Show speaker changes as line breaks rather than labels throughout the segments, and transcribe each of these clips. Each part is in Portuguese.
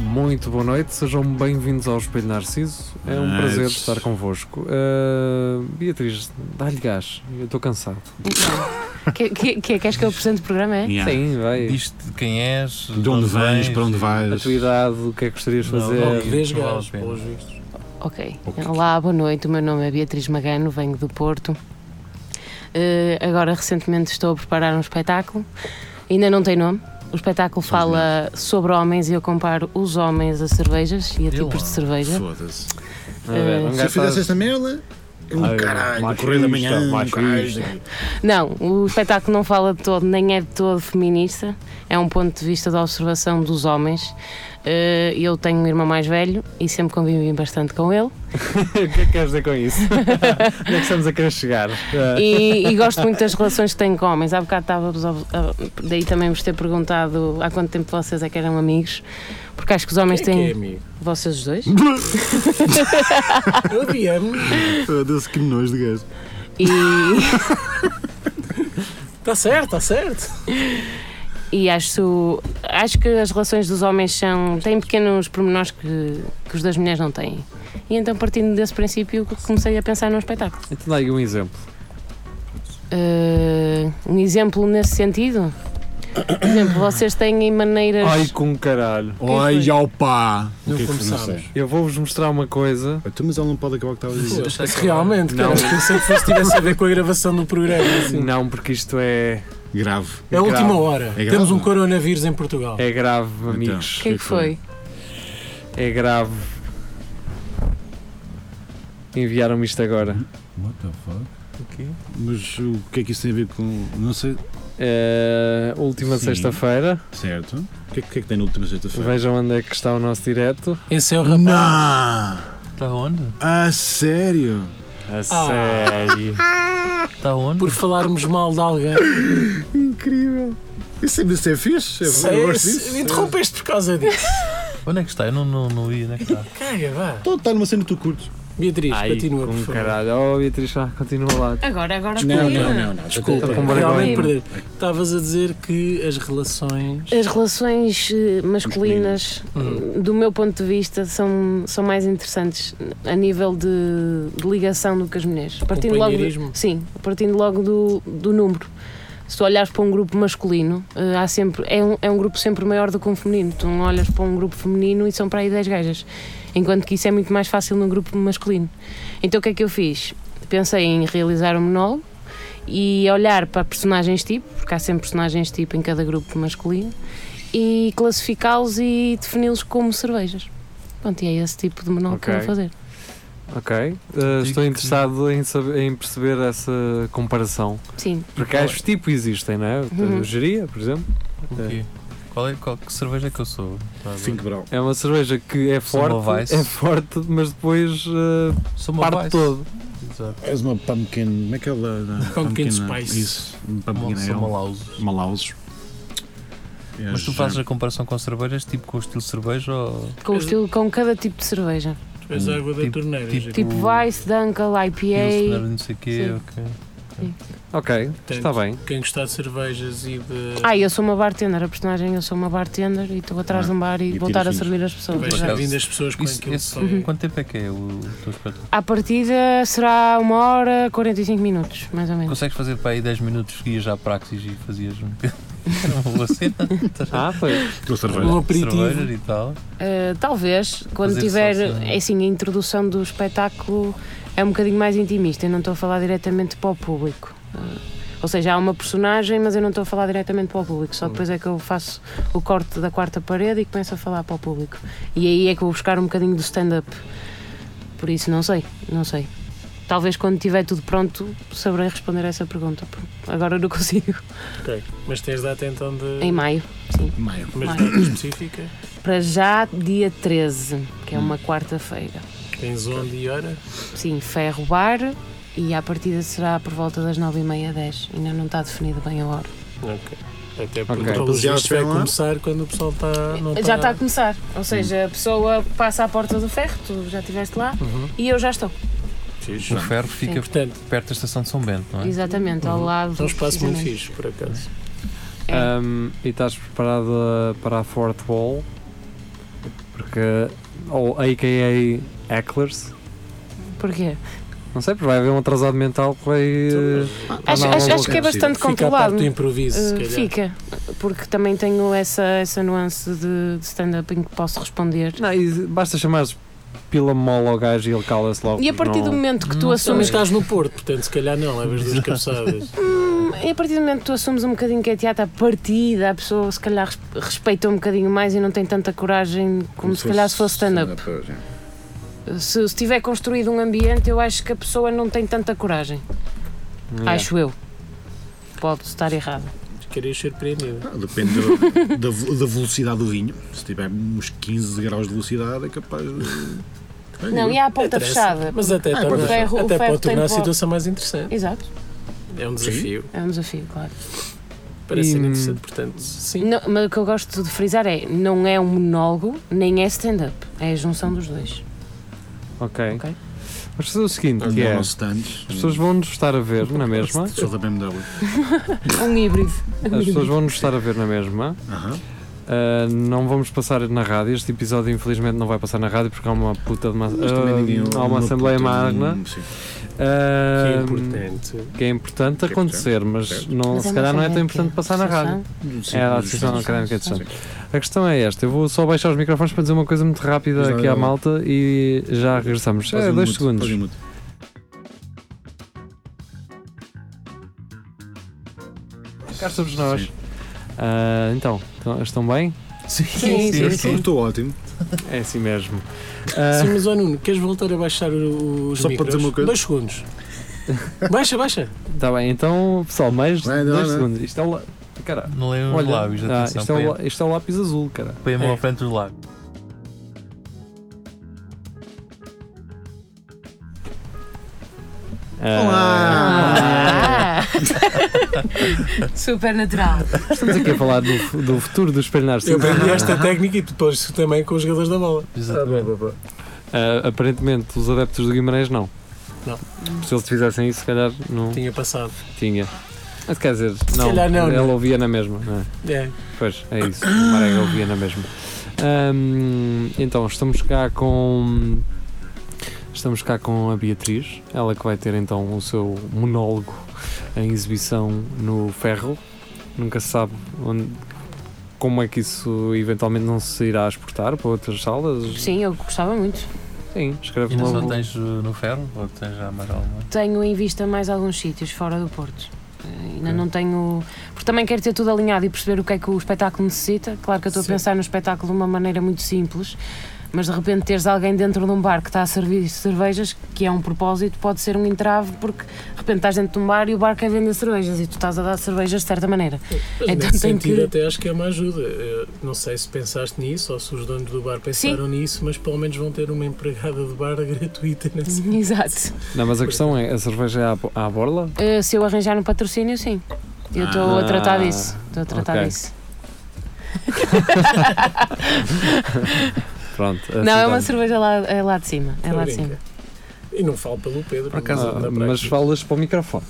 Muito boa noite, sejam bem-vindos ao Espelho Narciso. É um
Nice.
prazer estar convosco. Ah, Beatriz, dá-lhe gás, eu estou cansado.
Que, que, que, queres que eu apresente o programa? É?
Yeah.
Sim, vai.
Diz-te de quem és,
De onde vens, para onde
A
vais.
tua idade, o que é que gostarias de
Não,
fazer?
não.
Logo vês
vale a
gás,
pena.
pelos vistos.
Ok. Olá, boa noite. O meu nome é Beatriz Magano, venho do Porto. Eh, agora, recentemente, estou a preparar um espetáculo. Ainda não tem nome. O espetáculo fala sobre homens e eu comparo os homens a cervejas e a
Eu,
tipos de
ah,
cerveja.
Foda-se.
A ver, um gajo
Se
Se eu fizesse
faz-
esta merda, eu,
Ai,
caralho,
machista,
correr da manhã, um
machista.
caralho.
Não, o espetáculo não fala de todo, nem é de todo feminista. É um ponto de vista da observação dos homens. Eh, eu tenho um irmão mais velho e sempre convivi bastante com ele.
o que é que queres dizer com isso? Onde é que estamos a querer chegar? Ah,
e, e gosto muito das relações que tenho com homens. Há bocado estava-vos. a- a- Daí também vos ter perguntado há quanto tempo vocês é que eram amigos, porque acho que os homens
Mas
têm.
tem.
é,
amigo?
Vocês os dois?
Eu viemos.
Foda-se, Oh, que nojo de gajo.
é
E,
Está Tá certo, está certo.
e acho, acho que as relações dos homens são. têm pequenos pormenores que, que os das mulheres não têm. E então, partindo desse princípio, comecei a pensar num espetáculo.
Então dá aí um exemplo.
Eh, um exemplo nesse sentido? Por exemplo, vocês têm maneiras.
Ai com caralho.
Oi, ao pá!
Não
O que é que foi?
começámos.
sei.
Eu vou-vos mostrar uma coisa.
Então, mas ele não pode acabar o que estava a dizer.
Poxa, Realmente,
Não.
cara, eu pensei que fosse tivesse a ver com a gravação do programa. assim.
Não, porque isto é,
Grave.
É a
grave.
última hora.
grave.
Temos um coronavírus em Portugal.
é grave,
Então,
amigos.
O que é que foi?
É grave. Enviaram-me isto agora.
What the fuck? Mas o que é que isso tem a ver com. Não sei.
Eh, última
Sim.
sexta-feira.
Certo. O que é, o que, é que tem na última sexta-feira?
Vejam onde é que está o nosso direto.
Esse é o rapaz. Ah!
Não!
Está onde?
A Ah, sério?
A sério.
Está onde?
Por falarmos mal de alguém.
Incrível! Isso é, isso é fixe?
Sei,
é.
se- Interrompeste por causa disso.
Onde é que está? Eu não, não, não vi onde é que está.
Caga,
Estou a
vá.
estar Então, tá numa cena que tu curtes.
Beatriz,
Ai,
continua, por
com
favor.
caralho. Oh, Beatriz, ah, continua lá.
Agora, agora
não. Tá
Desculpa,
Estou com vergonha.
realmente perder. Estavas a dizer que as relações.
As relações eh, masculinas, eh, do meu ponto de vista, são, são mais interessantes a nível de, de ligação do que as mulheres. Partindo logo
companheirismo.
do, sim, partindo logo do, do número. Se tu olhares para um grupo masculino, eh, há sempre, é, um, é um grupo sempre maior do que um feminino. Tu não olhas para um grupo feminino e são para aí 10 gajas. Enquanto que isso é muito mais fácil num grupo masculino. Então o que é que eu fiz? Pensei em realizar um monólogo e olhar para personagens tipo, porque há sempre personagens tipo em cada grupo masculino, e classificá-los e defini-los como cervejas. Pronto, e é esse tipo de monólogo que eu
Ok.
vou fazer.
Ok. Eh,
digo
estou
que-
interessado em, saber- em perceber essa comparação.
Sim.
Porque gajos tipo existem, não é?
Uhum.
A Geria, por exemplo.
O quê? Qual é, qual, que cerveja é que eu sou? Está a ver?
Fim quebrão.
É uma cerveja que é
Sou uma
forte,
Weiss.
é forte, mas depois eh,
Sou uma
parte
Weiss.
todo.
Exato.
És uma pumpkin. Como é que é ela?
Pumpkin spice.
Isso. Um pumpkin
Sou
ale.
uma Lauso.
Malausos. É
Mas tu fazes a comparação com cervejas, tipo com o estilo cerveja ou.
Com, o estilo, com cada tipo de cerveja.
És água da
Tipo-
torneira.
tipo-
gente.
Tipo Vice, Dunkel,
Pilsner,
IPA.
não sei o quê? ok.
Ok, está bem.
Quem gostar de cervejas e de.
Ah, eu sou uma bartender, a personagem eu sou uma bartender e estou atrás
Ah,
de um bar e,
e
vou estar a
tiras
servir as pessoas.
Pois
Veja
é.
vindo as pessoas com
Isso-
aquilo
esse-
que Uhum.
Quanto tempo é que é o teu espetáculo?
À partida será uma hora 45 minutos, mais ou menos.
Consegues fazer para aí 10 minutos, guias à praxis e fazias um Era uma boa cena.
Ah, foi.
Tua cerveja.
Um aperitivo.
Cervejas e tal.
Uh, talvez, quando
Fazer
tiver.
só, sim.
É assim, a introdução do espetáculo é um bocadinho mais intimista. Eu não estou a falar diretamente para o público. Uh, ou seja, há uma personagem, mas eu não estou a falar diretamente para o público. Só depois é que eu faço o corte da quarta parede e começo a falar para o público. E aí é que vou buscar um bocadinho do stand-up. Por isso, não sei, não sei. Talvez quando tiver tudo pronto saberei responder a essa pergunta. Agora não consigo.
Ok. Mas tens data então de.
Em maio.
Maio.
Mas
maio.
data específica?
Para já, dia Hum. 13, que é uma quarta-feira.
Tens onde e hora?
Sim, Ferro Bar, e à partida será por volta das 9h30, 10. Ainda não está definido bem a hora.
Até porque
Ok.
o
Rapaziada,
registro vai
espera lá.
começar quando o pessoal está. Ah, não tá
já tá está a começar. Ou seja, a pessoa passa à porta do ferro, tu já estiveste lá,
Uhum.
e eu já estou.
O ferro fica
Portanto,
perto da estação de São Bento, não é?
Exatamente, ao
Uhum. Ah.
lado.
é um espaço muito
precisamente.
fixe, por acaso.
É.
Ahm, e estás preparada para a Fort Wall? Porque. Ou AKA Ecklers?
Porquê?
Não sei, porque vai haver um atrasado mental que vai.
Então,
eh,
Ah,
Acho,
não,
acho-
não,
acho
não,
que é
não,
bastante
Fica a parte
controlado.
do improviso, se
Uh,
calhar.
fica, porque também tenho essa, essa nuance de, de stand-up em que posso responder.
eh, Não, e basta chamares pila mola ao gajo e ele cala-se logo.
E a
porque
partir
não-
do momento que tu
Não, Mas
assumes.
estás no Porto, portanto, se calhar não, levas duas cabeçadas.
Hum, e a partir do momento que tu assumes um bocadinho que é teatro à partida, a pessoa se calhar res- respeita um bocadinho mais e não tem tanta coragem como, se, calhar se fosse stand-up.
é.
se, se tiver construído um ambiente, eu acho que a pessoa não tem tanta coragem.
Yeah.
Acho eu. Pode estar errado.
Querias surpreendido.
Ah, Depende da, da ve- da velocidade do vinho. Se tiver uns 15 graus de velocidade, é capaz de.
Não, e há a ponta
Interessa.
fechada.
Mas até,
Ah,
torna-
pode
ser. O
até
ferro
pode
tem
tornar a
pó.
situação mais interessante.
Exato,
É um desafio.
é um desafio, claro.
Parece ser
E-
interessante, portanto, sim.
Não, mas o que eu gosto de frisar é: não é um monólogo, nem é stand-up. É a junção dos dois.
Ok.
Ok.
Vamos fazer o seguinte: que
Olha
é,
o nosso
as
stand.
pessoas vão-nos estar a ver na mesma.
Sou da BMW.
Um híbrido.
As pessoas vão-nos estar a ver na mesma.
Aham.
Ah, não vamos passar na rádio. Este episódio, infelizmente, não vai passar na rádio porque há uma puta de uma,
Mas também
ah,
ninguém-
há uma Assembleia
puta,
Magna.
um- sim.
Que
ah,
é importante.
que é importante
Que é
acontecer, mas não, se calhar não
um
é tão importante passar na rádio.
Sim,
É a
mas-
Associação
sim,
Académica de
sim, sim.
A questão é esta: eu vou só baixar os microfones para dizer uma coisa muito rápida
Mas não,
aqui à
não.
malta e já regressamos.
Faz
É,
um
dois
mute,
segundos.
faz um mute.
Cá estamos nós.
Sim.
Ah, então, então, estão bem?
Sim,
Sim,
Eu
sim,
estou- eu estou ótimo.
É assim mesmo. Ah,
Sim, mas ó Nuno, queres voltar a baixar o- os
Só para
micros?
dizer uma coisa.
Dois segundos. Baixa, baixa.
Está bem, então, pessoal, mais
Vai,
dois
vai, vai.
segundos. Isto é o. lá- Cara,
Não leiam os
olha,
lábios,
ah,
atenção.
isto, é o, lá- isto é o lápis azul, cara.
Põe a mão à frente dos lábios.
Ah. Super natural.
Estamos aqui a falar do, do futuro do espelho
Eu
narciso.
aprendi esta técnica e depois também com os jogadores da bola.
Ah, aparentemente, os adeptos do Guimarães não.
Não.
Se eles fizessem isso, se calhar não
Tinha passado.
tinha. Mas quer dizer, não,
calhar não, né?
ele
não.
ouvia na mesma. não é?
É.
Pois, é isso. O Marega ouvia na mesma. Ahm, então, estamos cá com. Estamos cá com a Beatriz, ela que vai ter então o seu monólogo em exibição no ferro. Nunca se sabe onde- como é que isso eventualmente não se irá exportar para outras salas.
Sim, eu gostava muito.
Sim, escreve
E não só
logo.
tens uh, no ferro ou tens já mais alguma?
Tenho em vista mais alguns sítios fora do Porto. Ainda não tenho. Porque também quero ter tudo alinhado e perceber o que é que o espetáculo necessita. Claro que eu estou a
Sim.
pensar no espetáculo de uma maneira muito simples, mas de repente teres alguém dentro de um bar que está a servir cervejas, que é um propósito, pode ser um entrave, porque de repente estás dentro de um bar e o bar quer vender cervejas e tu estás a dar cervejas de certa maneira.
Mas
Então
nesse
tem
sentido
que-
até acho que é uma ajuda. Eh, Não sei se pensaste nisso ou se os donos do bar pensaram nisso, mas pelo menos vão ter uma empregada de bar gratuita nesse
Exato.
Não, mas a questão é: a cerveja é à, à borla?
Eh, se eu arranjar um patrocínio, sim. Eu estou a tratar
Ah,
disso. Estou a tratar
ok.
disso.
Pronto.
Não, é
Assim
aceitamos.
tá.
uma cerveja lá, é lá de cima. É lá de cima.
Brinca. E não falo pelo Pedro.
Por acaso,
não
Ah,
dá para
mas
aqui.
falas para o microfone.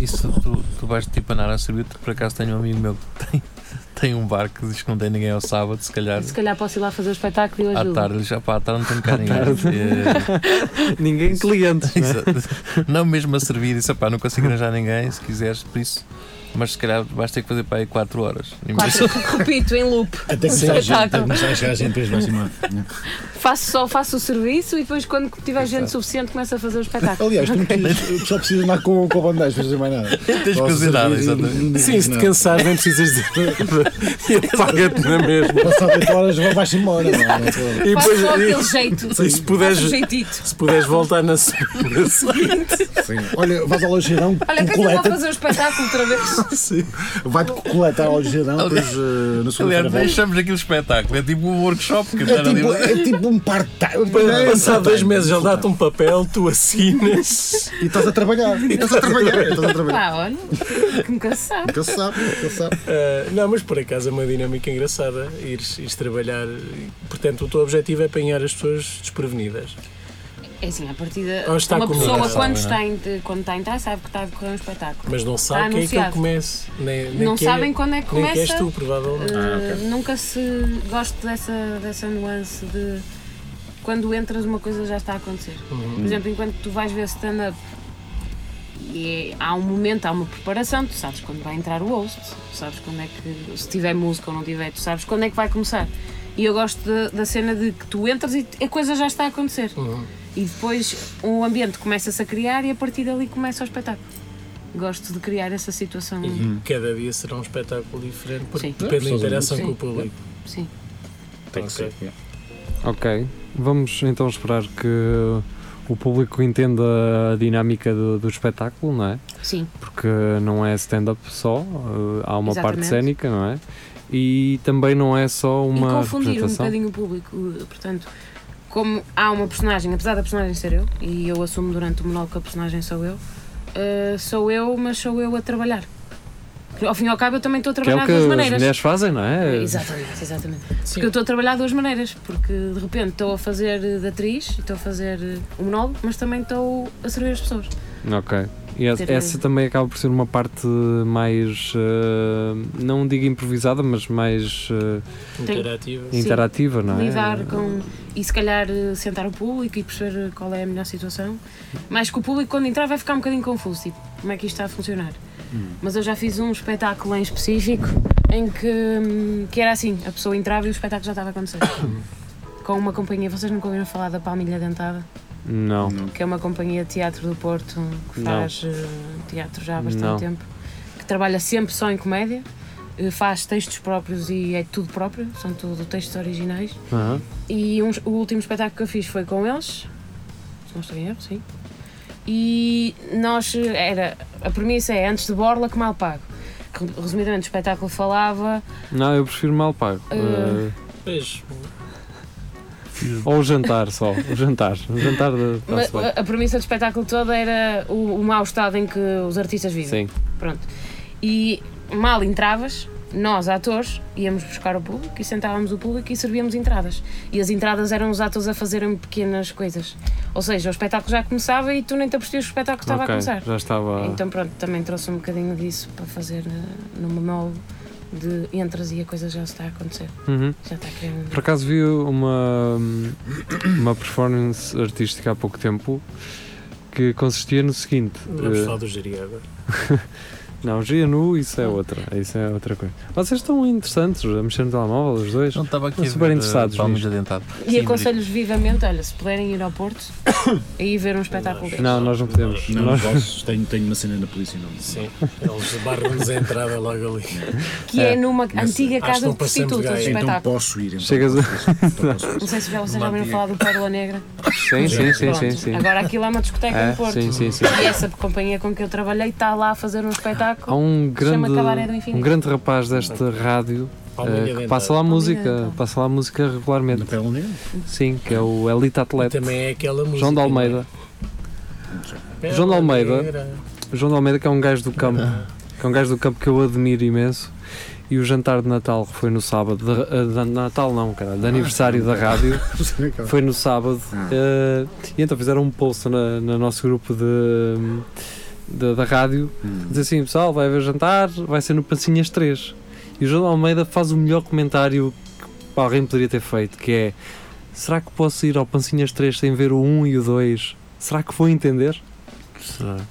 Isso tu, tu vais te panar a servir, por acaso tenho um amigo meu que tem, tem um bar que diz que não tem ninguém ao sábado, se calhar
Se calhar posso ir lá fazer o espetáculo e eu
à
ajudo.
tarde, já pá, à tarde não tenho cá ninguém.
eh, Ninguém cliente.
É, exato. não mesmo a servir, disse, pá, não consigo arranjar ninguém, se quiseres, por isso. Mas se calhar vais ter que fazer para aí 4 horas.
Quatro, repito, em loop.
Até
começar a gente- até Espetáculo.
começar a chegar a gente depois vai
Faço só faço o serviço e depois, quando tiver gente suficiente, começo a fazer o espetáculo.
Aliás, tu não precisas, o pessoal precisa andar com, com a bandagem, não precisa mais nada.
Tens que fazer nada, exatamente.
Sim,
é?
se te cansares nem precisas de. Ele paga-te na mesma.
Passar 8 horas, vais embora. não é?
E depois,
jeito.
e se puderes,
jeitito.
se puderes voltar na semana seguinte.
Sim. Olha, vais ao lancheirão, um coleta.
fazer o espetáculo outra vez.
Sim. Vai-te coletar ao geral
Aliás-
depois eh, na segunda-feira.
Aliás, nós
voltas.
chamamos aquilo espetáculo. É tipo um workshop
É
que está
tipo,
ali.
é tipo um é part-time.
Passado dois meses ele dá-te um papel, tu assinas.
E estás a trabalhar. E estás a trabalhar. e Estás a trabalhar.
Pá, olha, que nunca se sabe.
Nunca se sabe, nunca se sabe.
Ah, não, mas por acaso é uma dinâmica engraçada. Ires, ires trabalhar. Portanto, o teu objetivo é apanhar as pessoas desprevenidas.
É assim, a partida.
Ou está
uma
com
pessoa,
medo,
quando,
sabe,
está em, quando está a entrar, sabe que está a decorrer um espetáculo.
Mas não
Está
sabem quem é que ele
anunciado.
comece. Nem, nem
não
que é-
sabem quando é que
Nem que
começa.
és tu, provavelmente.
Uh, Nunca se gosto dessa, dessa nuance de quando entras uma coisa já está a acontecer.
Uhum.
Por exemplo, enquanto tu vais ver stand-up e é- há um momento, há uma preparação, tu sabes quando vai entrar o host, tu sabes quando é que, se tiver música ou não tiver, tu sabes quando é que vai começar. E eu gosto da- da cena de que tu entras e a coisa já está a acontecer.
Uhum.
E depois o ambiente começa-se a criar e a partir dali começa o espetáculo. Gosto de criar essa situação.
Uhum.
E cada dia será um espetáculo diferente, porque
Sim.
depende da
Sim.
interação
Sim.
com o público.
Sim.
Tem que ser.
Ok, vamos então esperar que o público entenda a dinâmica do, do espetáculo, não é?
Sim.
Porque não é stand-up só, eh, há uma parte
Exatamente.
cénica, não é? E também não é só
e
uma
confundir um
representação.
bocadinho o público. uh, Portanto, como há uma personagem, apesar da personagem ser eu, e eu assumo durante o monólogo que a personagem sou eu, uh, sou eu, mas sou eu a trabalhar. Porque, Ao fim e ao cabo, eu também estou a
que é o
trabalhar
que
de
as
duas maneiras. Eh,
mulheres fazem, não é?
Exatamente, exatamente. Porque eu estou a trabalhar de duas maneiras, porque de repente estou a fazer uh, de atriz, estou a fazer uh, o monólogo, mas também estou a servir as pessoas.
Ok. E essa,
Ter-
essa também acaba por ser uma parte mais, eh, não digo improvisada, mas mais eh,
Interativa.
Sim.
interativa, não é?
lidar com e se calhar eh, sentar o público e perceber eh, qual é a melhor situação. Mas que o público quando entrar vai ficar um bocadinho confuso, tipo, como é que isto está a funcionar?
Hum.
Mas eu já fiz um espetáculo em específico em que, hum, que era assim, a pessoa entrava e o espetáculo já estava a acontecer. com uma companhia, vocês nunca ouviram falar da Palmilha Dentada,
Não.
que é uma companhia de teatro do Porto que
Não.
faz eh, teatro já há bastante
Não.
tempo, que trabalha sempre só em comédia. eh, Faz textos próprios e é tudo próprio, são tudo textos originais.
Aham.
E um- o último espetáculo que eu fiz foi com eles, se não estou em erro, sim. E nós, eh, era, a premissa é antes de Borla que mal pago. Re- Resumidamente, o espetáculo falava.
Não, eu prefiro mal pago.
Eh,
Pois,
Eh, ou o jantar só. O jantar. O jantar de.
ma-
tá-se bem.
a premissa do espetáculo todo era o, o mau estado em que os artistas vivem.
Sim.
Pronto. E mal entravas, nós, atores, íamos buscar o público e sentávamos o público e servíamos entradas. E as entradas eram os atores a fazerem pequenas coisas. Ou seja, o espetáculo já começava e tu nem te apercebias que o espetáculo estava
Ok,
a começar.
Já estava.
Então pronto, também trouxe um bocadinho disso para fazer eh, no monólogo de entras e a coisa já está a acontecer.
Uhum.
Já está a querer.
Por acaso vi uma, uma performance artística há pouco tempo que consistia no seguinte.
vamos
eh,
falar do Jiri agora.
não, GNU, isso é outra. Isso é outra coisa. Vocês estão interessantes a mexer no telemóvel, os dois?
Não estava aqui
Estão
a
super
ver,
interessados
eh, palmas
nisto.
adentado.
E aconselho-vos vivamente, olha, se puderem ir ao Porto e ver um espetáculo desse.
Não, nós não podemos.
Não,
Nós-
posso. Tenho, tenho uma cena na polícia, não. Então
Sim, eles barram-nos a entrada logo ali.
Eh,
Que é, numa antiga
Acho que
casa
não
de
passamos
prostitutas
gaia.
de
Então
espetáculo.
posso ir. Então
Chegas a-
posso ir. Então posso ir.
Não sei se já vocês já
Uma
ouviram
antiga-
falar do Pérola Negra.
Sim, sim, sim, sim,
Pronto,
sim.
Agora aquilo é uma discoteca
É,
no Porto.
sim, sim, sim.
E essa companhia com que eu trabalhei está lá a fazer um
Há
espetáculo.
um
se chama
grande,
Cabaré do Infinito.
um grande rapaz desta rádio
Palmilha
eh, que
dentada.
passa lá
Palmilha
música,
dentada.
passa lá música regularmente.
Na pele negra?
Sim, que é o Elite Atleta.
Também é aquela música.
João de Almeida.
É,
João de Almeida.
era-
João de Almeida que é um gajo do campo,
Ah.
que é um gajo do campo que eu admiro imenso. E o jantar de Natal que foi no sábado, de, eh, de Natal não, cara, de aniversário da rádio,
é.
foi no sábado.
Ah.
eh, e então fizeram um post na, no nosso grupo de, de- da rádio,
Hum.
dizer assim, pessoal, vai haver jantar, vai ser no Pancinhas 3. E o João de Almeida faz o melhor comentário que alguém poderia ter feito, que é será que posso ir ao Pancinhas 3 sem ver o 1 e o 2? Será que vou entender?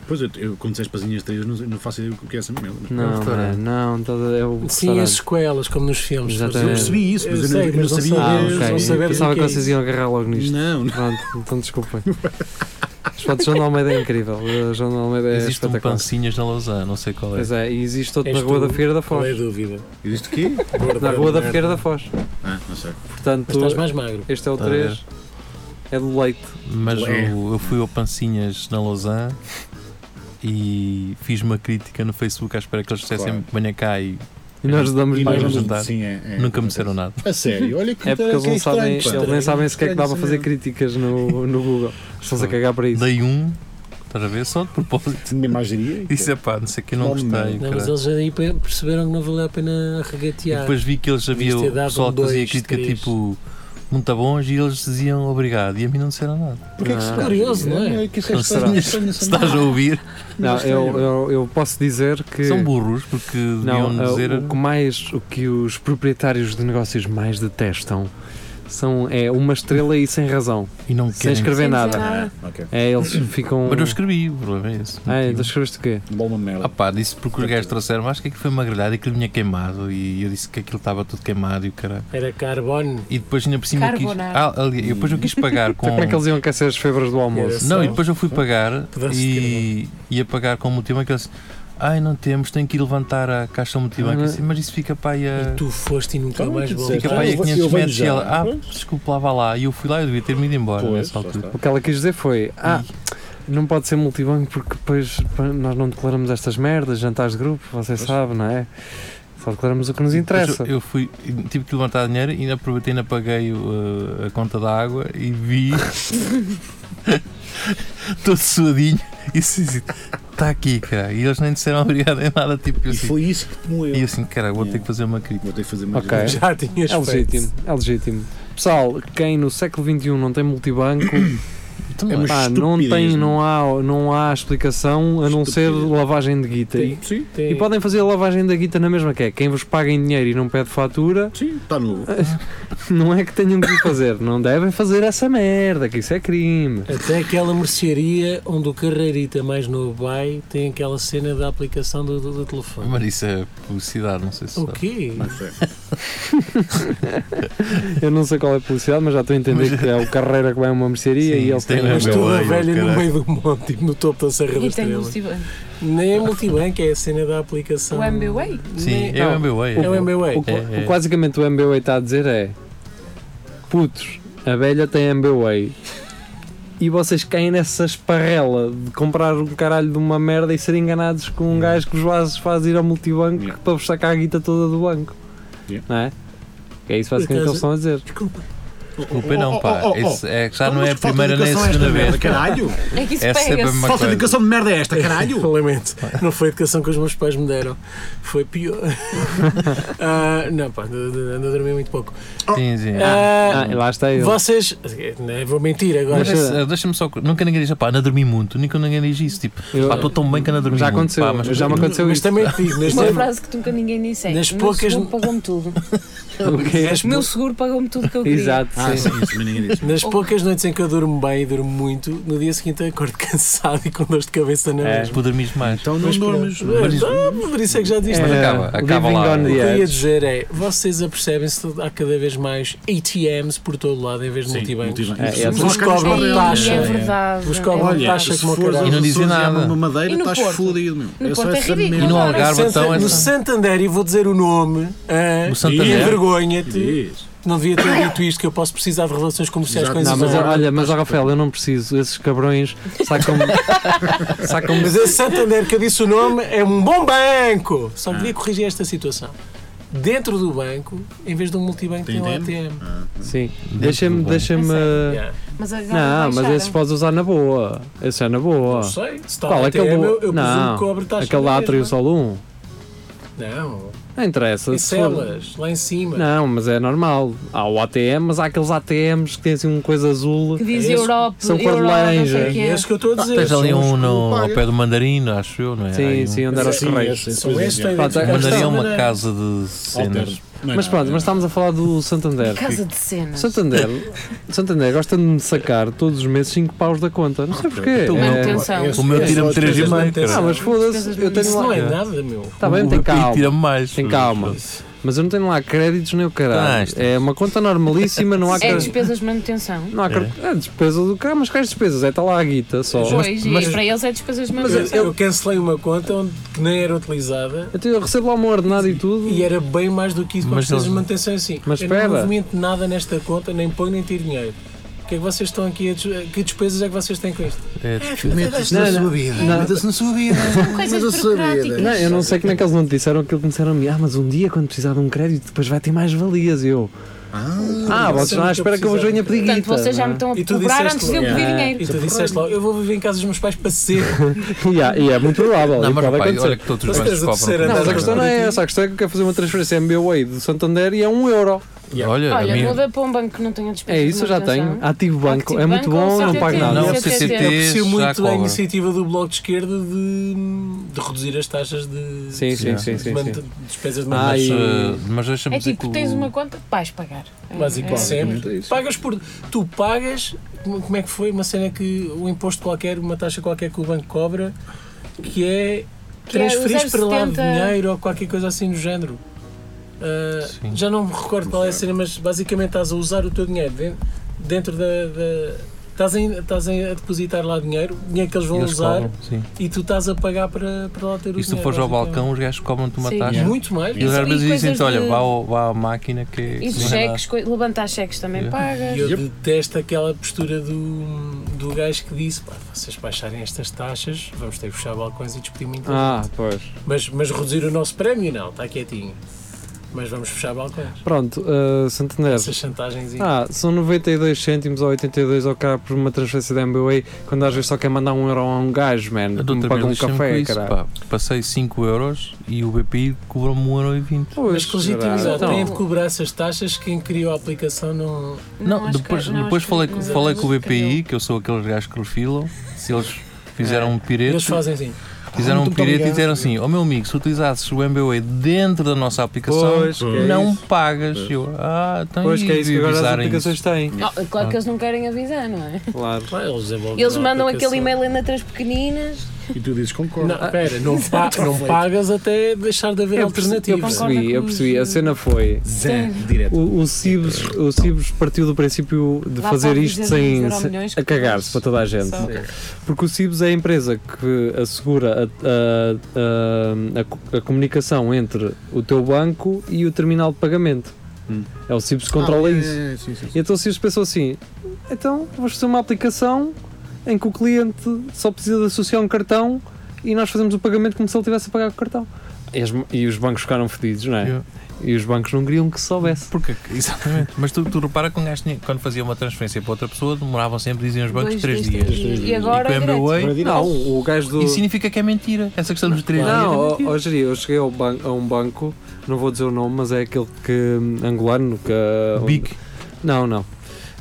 Pois eu, eu quando disseste pazinhas três, não, não faço ideia do que é essa merda. mas-
Não,
restaurante.
não, não, tá- é o
Sim, as
restaurante.
escoelas, como nos filmes.
Exatamente. Eu
percebi isso, mas eu não-
sei,
eu não
mas
sabia
Ah,
Eles vão
ok.
saber
Eu
do
pensava
que
que
é
vocês
isso.
iam agarrar logo nisto.
Não, não.
Pronto, então desculpem. Mas pronto, João de Almeida é incrível. Uh, João de Almeida é
Existe um
espetacular.
pancinhas na Lausanne, não sei qual é.
Pois é, e existe outro
És
na Rua
tu,
da Feira da
Qual é a
Foz.
dúvida?
Eu disse o quê?
Na Rua da Feira da Foz.
Ah, não sei.
Portanto,
Mas estás mais magro.
este é o
Tá a ver.
3. É do leite.
Mas
É.
o- eu fui ao pancinhas na Lausanne e fiz uma crítica no Facebook à espera que eles dissessem
Claro.
que venha cá e
E nós damos
E
Vai
nós
ao
não-
mais.
jantar.
sim, é- é,
nunca me
acontece.
disseram nada.
A sério, olha que
É porque eles
que
não sabem,
estranho, pá.
eles nem sabem sequer que dá para
Estranho
fazer
isso
críticas no, no Google. Estão-se
Ah.
a cagar para isso.
Dei um, estás a ver? Só de propósito.
mesmo. Minha imagiria.
Disse, pá, não sei o que, não
Não,
gostei.
não,
caralho."
Não, mas eles já aí pe- perceberam que não valia a pena
E
regatear.
depois vi que eles havia
Isto é
o
dado
pessoal que fazia
dois,
crítica
três.
tipo muito bons e eles diziam obrigado e a mim não disseram nada.
Porquê que
Ah.
se
Curioso, não é?
Olha que isso é
Não
estranho,
será?
estranho,
Se estás a
estranho.
ouvir,
Não,
é estranho.
eu, eu, eu posso dizer que.
são burros porque
é
deviam
Não, ah,
dizer.
o que mais o que os proprietários de negócios mais detestam são é uma estrela e sem razão,
E não
sem
querem.
escrever
Sem dizer
nada.
nada.
Ah, ok.
É, eles ficam
é Mas eu escrevi, o problema é esse.
Ah,
Meti-me.
então escreveste o quê?
Dá uma merda.
Ah pá, disse porque os gajos trouxeram, acho que aquilo foi uma grelhada e aquilo vinha queimado e eu disse que aquilo estava tudo queimado e o caralho.
Era carbono.
E depois ainda por cima eu quis. Ah,
Carbonara.
ali, eu depois eu quis pagar com.
Então, como é que eles iam aquecer as febras do almoço?
Não, e depois eu fui pagar
Pedaço
e ia pagar com o multimão que eles. Ai, não temos, tenho que ir levantar a caixa multimão.
Ah.
Mas isso fica para aí a.
E tu foste e nunca
Então,
mais
tu
voltaste.
Fica
Ah,
para aí
eu
a
vou-
500
eu venho
metros e
já.
ela, ah,
Pois.
desculpa, lá vá lá. E eu fui lá, eu devia ter-me ido embora né?
Pois,
nessa
lá
altura.
está.
O que ela quis dizer foi: Ah,
Hum.
não pode ser multibanco porque depois pá, nós não declaramos estas merdas, jantares de grupo, você sabe, não é? Só declaramos o que nos interessa.
Depois Tipo, Eu, eu fui, tive que levantar dinheiro e ainda aproveitei, ainda paguei uh, a conta da água e vi. todo suadinho. E está aqui, cara. E eles nem disseram obrigado em nada. Tipo, eu
E
assim,
foi isso que te moeu.
e eu assim, cara, vou ter que fazer uma crítica.
Vou ter que fazer mais
Ok.
uma.
Já tinhas
É
feito.
legítimo, é legítimo. Pessoal, quem no século XXI não tem multibanco,
Então,
É
não é.
uma
pá, não,
estupidez,
tem,
não
não, há, não há explicação a não ser
Estupidez.
lavagem de guita. E,
Sim,
Tem-
e podem fazer a lavagem da guita na mesma que é. Quem vos paga em dinheiro e não pede fatura,
sim, está novo.
não é que tenham que o fazer. Não devem fazer essa merda, que isso é crime.
Até aquela mercearia onde o carreirita mais novo vai tem aquela cena da aplicação do, do- do telefone.
Mas isso é publicidade, não sei se
O
sabe.
quê?
Não sei.
Eu não sei qual é a publicidade, mas já estou a entender que é o Carreira que vai a uma mercearia
Sim,
e ele
isso tem
tem.
mesmo.
Mas
meu
tu a
olho,
velha no
caralho.
meio do monte, tipo, no topo da
E
Serra da
tem um
Estrela.
multibanco.
Nem é multibanco, é a cena da aplicação.
O MBWay?
Sim,
Nem-
é o
não,
MBA.
É o MBA.
O, que-
É, é.
o que basicamente o MBWay está a dizer é: putos, a velha tem MBWay. E vocês caem nessa esparrela de comprar um caralho de uma merda e serem enganados com um gajo que vos faz, faz ir ao multibanco
Yeah.
para vos sacar a guita toda do banco.
Yeah.
Não é? É isso basicamente que eles estão a dizer.
Desculpa.
Desculpa, não, pá.
Oh, oh, oh, oh.
Isso é que já
Então,
não
mas
é a
que falta
primeira
de
nem a
educação é esta
segunda vez.
merda, Caralho!
É que isso
É sempre
pega-se.
uma
Falta de
coisa.
educação de merda é esta, caralho!
Lamento. Não foi a educação que os meus pais me deram. Foi pior. Ah, não, pá, ando ando a dormir muito pouco.
Sim, sim.
Ah,
Ah, lá está ele.
vocês. Não, é, vou mentir agora.
Mas esse- Deixa-me só. Nunca ninguém diz, pá, anda a dormir muito. Nunca ninguém diz isso. Tipo,
Eu-
pá,
Ah,
estou tão bem que anda a dormir
já
muito.
aconteceu,
pá, mas tipo,
já me aconteceu
mas
isso.
também te digo, neste
Uma frase que nunca ninguém disse é:
Nas
Meu
poucas-
seguro pagou-me tudo.
O que é?
O meu seguro pagou-me tudo que eu queria.
Exato,
Ah,
sim.
sim, isso também ninguém diz.
Nas poucas noites em que eu durmo bem e durmo muito, no dia seguinte eu acordo cansado e com dor de cabeça na
É.
mesma.
Tu tipo, dormires mais.
Então não dormes. não
Mas,
dormes.
ah, por isso é que já disse.
Mas
É,
acaba, acaba
living
lá.
on the
O que eu queria
edge.
dizer é, vocês apercebem-se que há cada vez mais ATMs por todo lado em vez de
Sim,
multibancos.
multibanco.
É, é,
Vos
Os caras
cobram
não-
Ei,
taxa.
É verdade.
Os cobram
é verdade.
Olha,
taxa
se
como
fores
caralho.
E não dizem nada.
uma madeira,
E no
estás
Porto?
fodido, meu.
No
só
Porto é
essa
ridículo.
E
merda.
no
Agora,
Algarve,
Santa-
então, é
no
só-
Santander, e vou dizer o nome, ah,
No Santander?
e envergonha-te,
Diz.
não devia ter dito isto que eu posso precisar de relações comerciais com
Exato.
Não,
esses
mas
Exato.
olha, mas ó, Rafael, eu não preciso. Esses cabrões sacam-me. sacam
Mas esse Santander que eu disse o nome é um bom banco. Só
Ah.
que devia corrigir esta situação. Dentro do banco, em vez de um multibanco,
Tem
tem, um
ATM?
ATM.
Ah. Sim, deixa-me.
banco.
Deixa
É
me
Yeah.
Mas agora
não, mas esses
baixaram.
podes usar na boa. Esse é na boa.
Não sei. Se está
Qual?
o ATM,
Aquele,
eu, eu presumo
não,
que cobre taxa
aquele
na
lá Atrio
mesma.
Sol 1.
Não,
Não interessa.
em
se for-
celas, lá em cima.
Não, mas é normal. Há o ATM, mas há aqueles ATMs que têm assim uma coisa azul.
Que diz
Esse-
Europa.
são cor de
Europa, não sei
laranja.
o
É
quê.
isso que eu
Ah,
estou a dizer.
Tens ali
São
um
os-
no, ao
paga.
pé do Mandarino, acho eu, não é?
Sim,
Aí um-
sim, assim. onde era os
Sim,
correios.
esse- esse
São
coisa
estes
é.
a
Pá, tá-
O
identificar
Mandarim é
esta
uma
maneira.
casa de cenas.
Alterno. Não é
Mas
nada,
pronto, mas
não é
estávamos a falar do Santander.
Casa de cenas. É
Santander, Santander gosta de me sacar todos os meses 5 paus da conta. Não sei porquê.
Então,
É-
Manutenção.
O meu tira-me
só
3 e
despesas
meio.
de manutenção.
cara.
Ah, mas foda-se, eu tenho
Isso não
lá.
é nada, meu.
Tá
Está Tá bem,
O
tem
meu
calma.
tira-me Um mais.
Tem calma. Mas eu não tenho lá créditos nem o caralho.
Tens, tens.
É uma conta normalíssima, não há
É
car-
despesas de manutenção.
Não há car... é. despesa do carro, mas quais despesas? É, está lá a guita só.
Pois,
mas-
e para eles é despesas de
Mas
manutenção.
eu cancelei uma conta onde, que nem era utilizada
Então eu recebo lá uma ordenada e tudo.
e é era bem mais do que isso para
Mas
vocês
eles-
manutenção assim.
Mas
eu
espera.
não movimento nada nesta conta, nem ponho nem tiro dinheiro. que é que vocês estão aqui a des- Que despesas é que vocês têm com isto?
É,
Meta-se
Não,
na
não,
sua vida.
não.
Meta-se na sua vida.
Coisas
Mas eu sabia,
burocráticas.
né?
Não, eu não sei como é que eles não te disseram aquilo que me disseram-me. Ah, mas um dia, quando precisar de um crédito, depois vai ter mais valias. E eu,
Ah,
ah, vocês
não sei
estão à
o que eu
espera que eu vos
precisava.
venha pedir
Portanto,
guita,
vocês já me
não é?
estão a
E tu
cobrar
disseste
antes de eu
logo. É,
pedir
Yeah.
dinheiro.
E tu disseste logo, eu vou viver em casa dos meus pais para sempre.
E há- E é muito provável.
Não,
e
mas
pode
não pai,
acontecer.
olha que todos os
Mas
bancos
tens o terceiro
cobram.
Não, mas a questão não é
Corporativo.
essa. A questão é que eu quero fazer uma transferência MBWay do Santander e é um euro.
Yeah. Olha, a
Olha,
minha-
muda para um banco que não tenha despesas.
É isso, eu
de
já tenho.
manutenção.
Ativo Banco.
Active
é muito
Banco ou
bom, não pago
CTT?
nada.
Não,
Sim,
CCT
Eu
Aprecio
já
muito a
cobra.
iniciativa do Bloco de Esquerda de, de reduzir as taxas de,
Sim, sim,
de-
sim,
de
sim,
man-
sim.
de despesas de
Ah,
Mas,
e-
manutenção.
eh, mas deixa-me
É
dizer
tipo,
que
tens
o-
uma conta, vais pagar. É-
Basicamente.
é-
Sempre.
é isso.
Pagas por. Tu pagas. Como como é que foi uma cena que. Um imposto qualquer, uma taxa qualquer que o banco cobra, que é.
Que é os
transferir para lá
0,70.
dinheiro ou qualquer coisa assim do género. Ah,
Sim.
já não me recordo qual é a cena, mas basicamente estás a usar o teu dinheiro den- dentro da. da- estás, em, estás em a depositar lá dinheiro, dinheiro que eles vão
eles
usar
cobram, sim.
e tu estás a pagar para, para lá ter o
E se tu
dinheiro,
fores ao
basicamente.
balcão, os gajos cobram-te uma
Sim.
taxa.
Yeah.
Muito mais.
E os
Isso-
árbitros
e
dizem-te:
coisas
assim, olha,
de-
vá, ao- vá à máquina que.
E
que não é
cheques, coi- levantar cheques também
Yeah.
E
pagas.
eu
Yep.
detesto aquela postura do, do gajo que disse: pá, vocês baixarem estas taxas, vamos ter que fechar balcões e discutir muito.
Ah, pois.
Mas, mas reduzir o nosso prémio, não, está quietinho. Mas vamos fechar balcões.
Pronto, uh, Santander.
Essas chantagens e.
Ah, são 92 cêntimos ou 82 ao cara por uma transferência da MBWay quando às vezes só quer mandar um euro a um gajo, man.
nada. Eu
que me
dou-te a
paga
mim
um
lixo-me
café,
com isso,
caralho.
pá. Passei 5 euros e o BPI cobrou-me 1,20€.
Pois, Então-
mas que legitimidade
caralho.
tem de cobrar essas taxas quem criou a aplicação não.
Não,
acho que-
depois,
é-
não,
depois
acho que-
falei,
não,
falei
acho
com o
que
BPI, que eu sou aqueles gajos que refilam, se eles
É.
fizeram um
Eles
pirete,
fazem assim.
fizeram um
muito
pirete e
obrigado.
disseram assim, ó meu amigo, se utilizasses o MBWay dentro da nossa aplicação,
Pois, que é
não
isso.
pagas. Eu, ah, então
Pois
e
que é isso que agora as
avisarem
aplicações
isso?
têm.
não. Oh, claro que eles não querem avisar, não é?
Claro.
Ah, eles desenvolvem
Eles
uma
mandam
aplicação.
aquele e-mail em letras pequeninas.
E tu dizes concordo.
Não, espera, não, pa- não pagas até deixar de haver
Ah. Então Eu percebi, eu
alternativa.
percebi, eu
com os-
percebi. A cena foi.
Zé, direto.
O, o, Cibos, o Cibos partiu do princípio de
Lá
fazer
pode
isto
dizer
sem,
zero
sem-
milhões que
a cagar-se
depois-
para toda a gente.
Só.
Porque o Cibos é a empresa que assegura a, a- a- a co- a comunicação entre o teu banco e o terminal de pagamento.
Hum.
É o Cibos que controla isso.
É, sim, sim.
E então o Cibos pensou assim: então vamos fazer uma aplicação em que o cliente só precisa de associar um cartão e nós fazemos o pagamento como se ele estivesse a pagar com o cartão. E, as- e os bancos ficaram fedidos, não é?
Yeah.
E os bancos não queriam que se soubesse.
Porque, exatamente. Mas tu, tu repara que um gajo tinha- quando fazia uma transferência para outra pessoa, demoravam sempre, diziam os bancos,
Dois,
3
dois, três
dias.
dias.
E
E agora
com
é
o
direto.
MBWay,
Não, o gajo do.
isso significa que é mentira. Essa questão dos 3 dias. é
Não, ó- ó, Jeri, eu cheguei ao ban- a um banco, não vou dizer o nome, mas é aquele que hum, angolano que. onde-
Bic.
Não, não.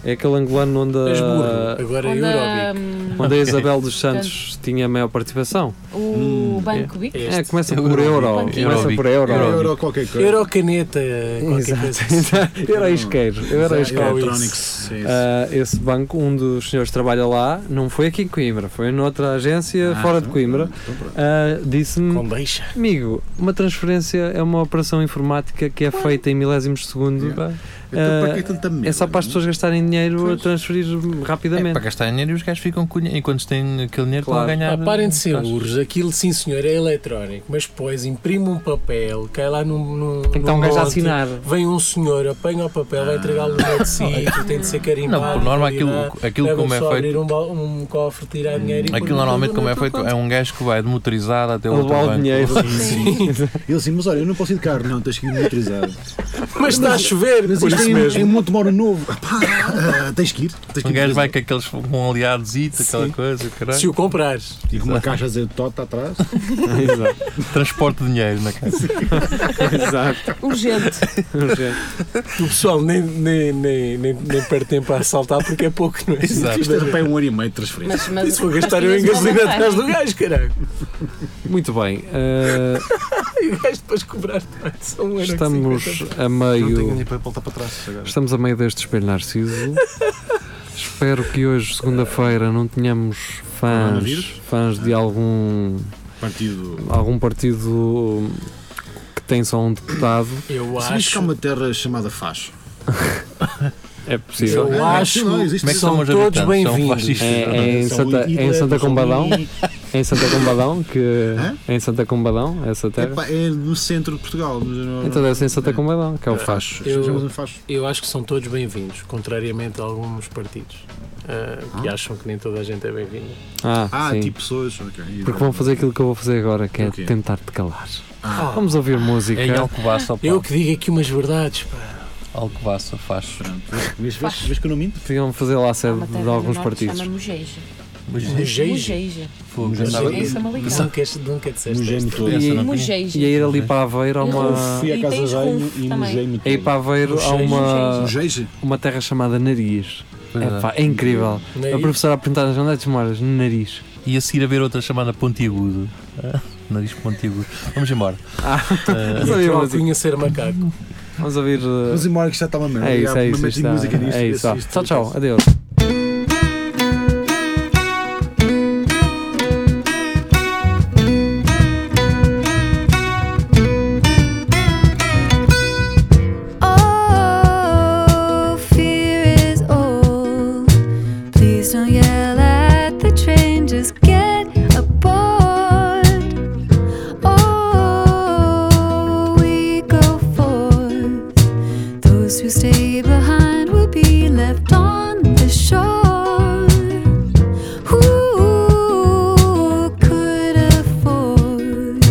É aquele angolano onde
És burro.
a,
Agora é
Onde a,
Eurobic.
hum,
onde a Isabel dos Santos tinha a maior participação.
o Banco Bic.
Este.
É, começa
É o
por euro.
Eurobic.
Começa por euro.
Euro,
Euro.
euro qualquer coisa.
Eurocaneta, qualquer coisa. assim.
Exato. Então- Era isqueiro. Era
Exato.
isqueiro.
Electronics. sim, sim.
Ah, esse banco, um dos senhores que trabalha lá, não foi aqui em Coimbra, foi noutra agência
Ah,
fora de
então
Coimbra.
pronto, então pronto.
Ah, Disse-me
Com deixa.
Amigo, uma transferência é uma operação informática que é feita em milésimos de segundo.
Yeah.
pá.
Então, para
ah,
que tanta
É
merda,
só para as
não?
pessoas gastarem dinheiro a transferir
É
rapidamente.
para gastar dinheiro e os gajos ficam com dinheiro. Enquanto têm aquele dinheiro,
Claro.
estão a
Ah,
ganhar.
parem de ser
Acho.
burros, aquilo sim senhor é eletrónico, mas depois imprime um papel, cai lá num. num
Tem que estar um
num
gajo a
lote,
assinar.
Vem um senhor, apanha o papel, vai entregá-lo no outro sítio, tem de ser carimbado.
Não, por norma, aquilo,
validado,
aquilo
levam
como é
só a abrir
feito.
um, bal- um cofre, tirar dinheiro e
Aquilo normalmente como é feito é um gajo que vai de motorizado até o outro
Levar o
banco.
dinheiro.
E Ele assim, mas olha, eu não posso ir de carro, não, tens que ir motorizado.
um- Mas está a chover,
Mas isto é, é um Montemoro novo. Pá, ah, tens que ir. Tens que
Um
ir
gajo
motorizado.
vai com aqueles com aliados e aquela
Sim.
coisa, caralho.
Se o comprares.
E com uma caixa a dizer tota atrás.
Exato.
Transporte de dinheiro na casa.
Exato.
Urgente.
Urgente.
O pessoal nem, nem, nem, nem, nem perde tempo a assaltar porque é pouco, não é?
Exato.
Isto é para um ano e meio de transferência.
Mas, mas,
Isso vou
mas
gastar eu
tinhas
em
uma
gasolina
vantagem.
atrás do gajo, caralho.
Muito bem. eh,
E o gajo depois cobrar mais um euro e
estamos
cinquenta.
a
Não tenho nem
meio.
para voltar para trás agora.
Estamos a meio deste espelho narciso. Espero que hoje, segunda-feira, não tenhamos fãs,
Coronavírus?
fãs de algum,
Partido.
algum partido que tem só um deputado.
Eu
Sabias que há
acho.
uma terra chamada Faz?
É possível.
Eu
Não,
acho
não existe.
Como é que
são
são os
todos
habitantes? São
bem-vindos.
fascistas.
É, é em
São
Santa, é
Hitler,
em Santa
Mussolini.
Combadão, é em Santa Combadão, que
Hã?
em Santa Combadão, essa terra.
Epá, é no centro de Portugal. mas eu não-
Então deve ser em Santa
É.
Combadão, que é o
É.
facho.
Eu-
Chamamos de facho.
Eu acho que são todos bem-vindos, contrariamente a alguns partidos ah, que acham que nem toda a gente é bem-vinda.
Ah,
Ah,
sim.
tipo pessoas. ok.
Porque vão fazer aquilo que eu vou fazer agora, que é
O quê?
tentar-te calar.
Ah,
Vamos ouvir música.
É em Alcobaça, ó pá.
Eu que digo aqui umas verdades, pá.
Alcobaça, faz.
vês, vês, vês que eu não minto?
Deviam fazer lá a
Há
sede
uma terra
de
no
alguns
norte
partidos.
que se Chama Mujeja.
Mas
Um
um
Mujeja.
Mujeja.
fogo,
Mas
andava-
Em
é
Samalicão.
Nunca, nunca disseste
Mojei-me
esta.
todo.
Essa não tinha.
Mujeja.
E a ir ali para Aveiro há uma.
fui à E casa tens velho Rufo e também. mojei-me
A ir para Aveiro há uma,
Um jeje?
uma terra chamada Nariz. É, pá, é incrível. A
Nariz.
professora a perguntar onde é que tu moras? No Nariz.
E a seguir a ver outra chamada Pontiagudo. Ah, Nariz Pontiagudo. Vamos embora.
Ah,
Ah,
Vamos ouvir
Eu
música.
conhecer macaco.
Vamos ouvir. uh,
Mas embora que isto já está uma merda.
É isso,
já
é isso.
meti
isto está-
música nisto,
é isso.
isto,
Tchau, tchau.
isto.
Adeus.
Oh, fear is old. Please don't yell at the train, just get aboard. Oh, we go forth. Those who stay behind will be left on the shore. Who could afford?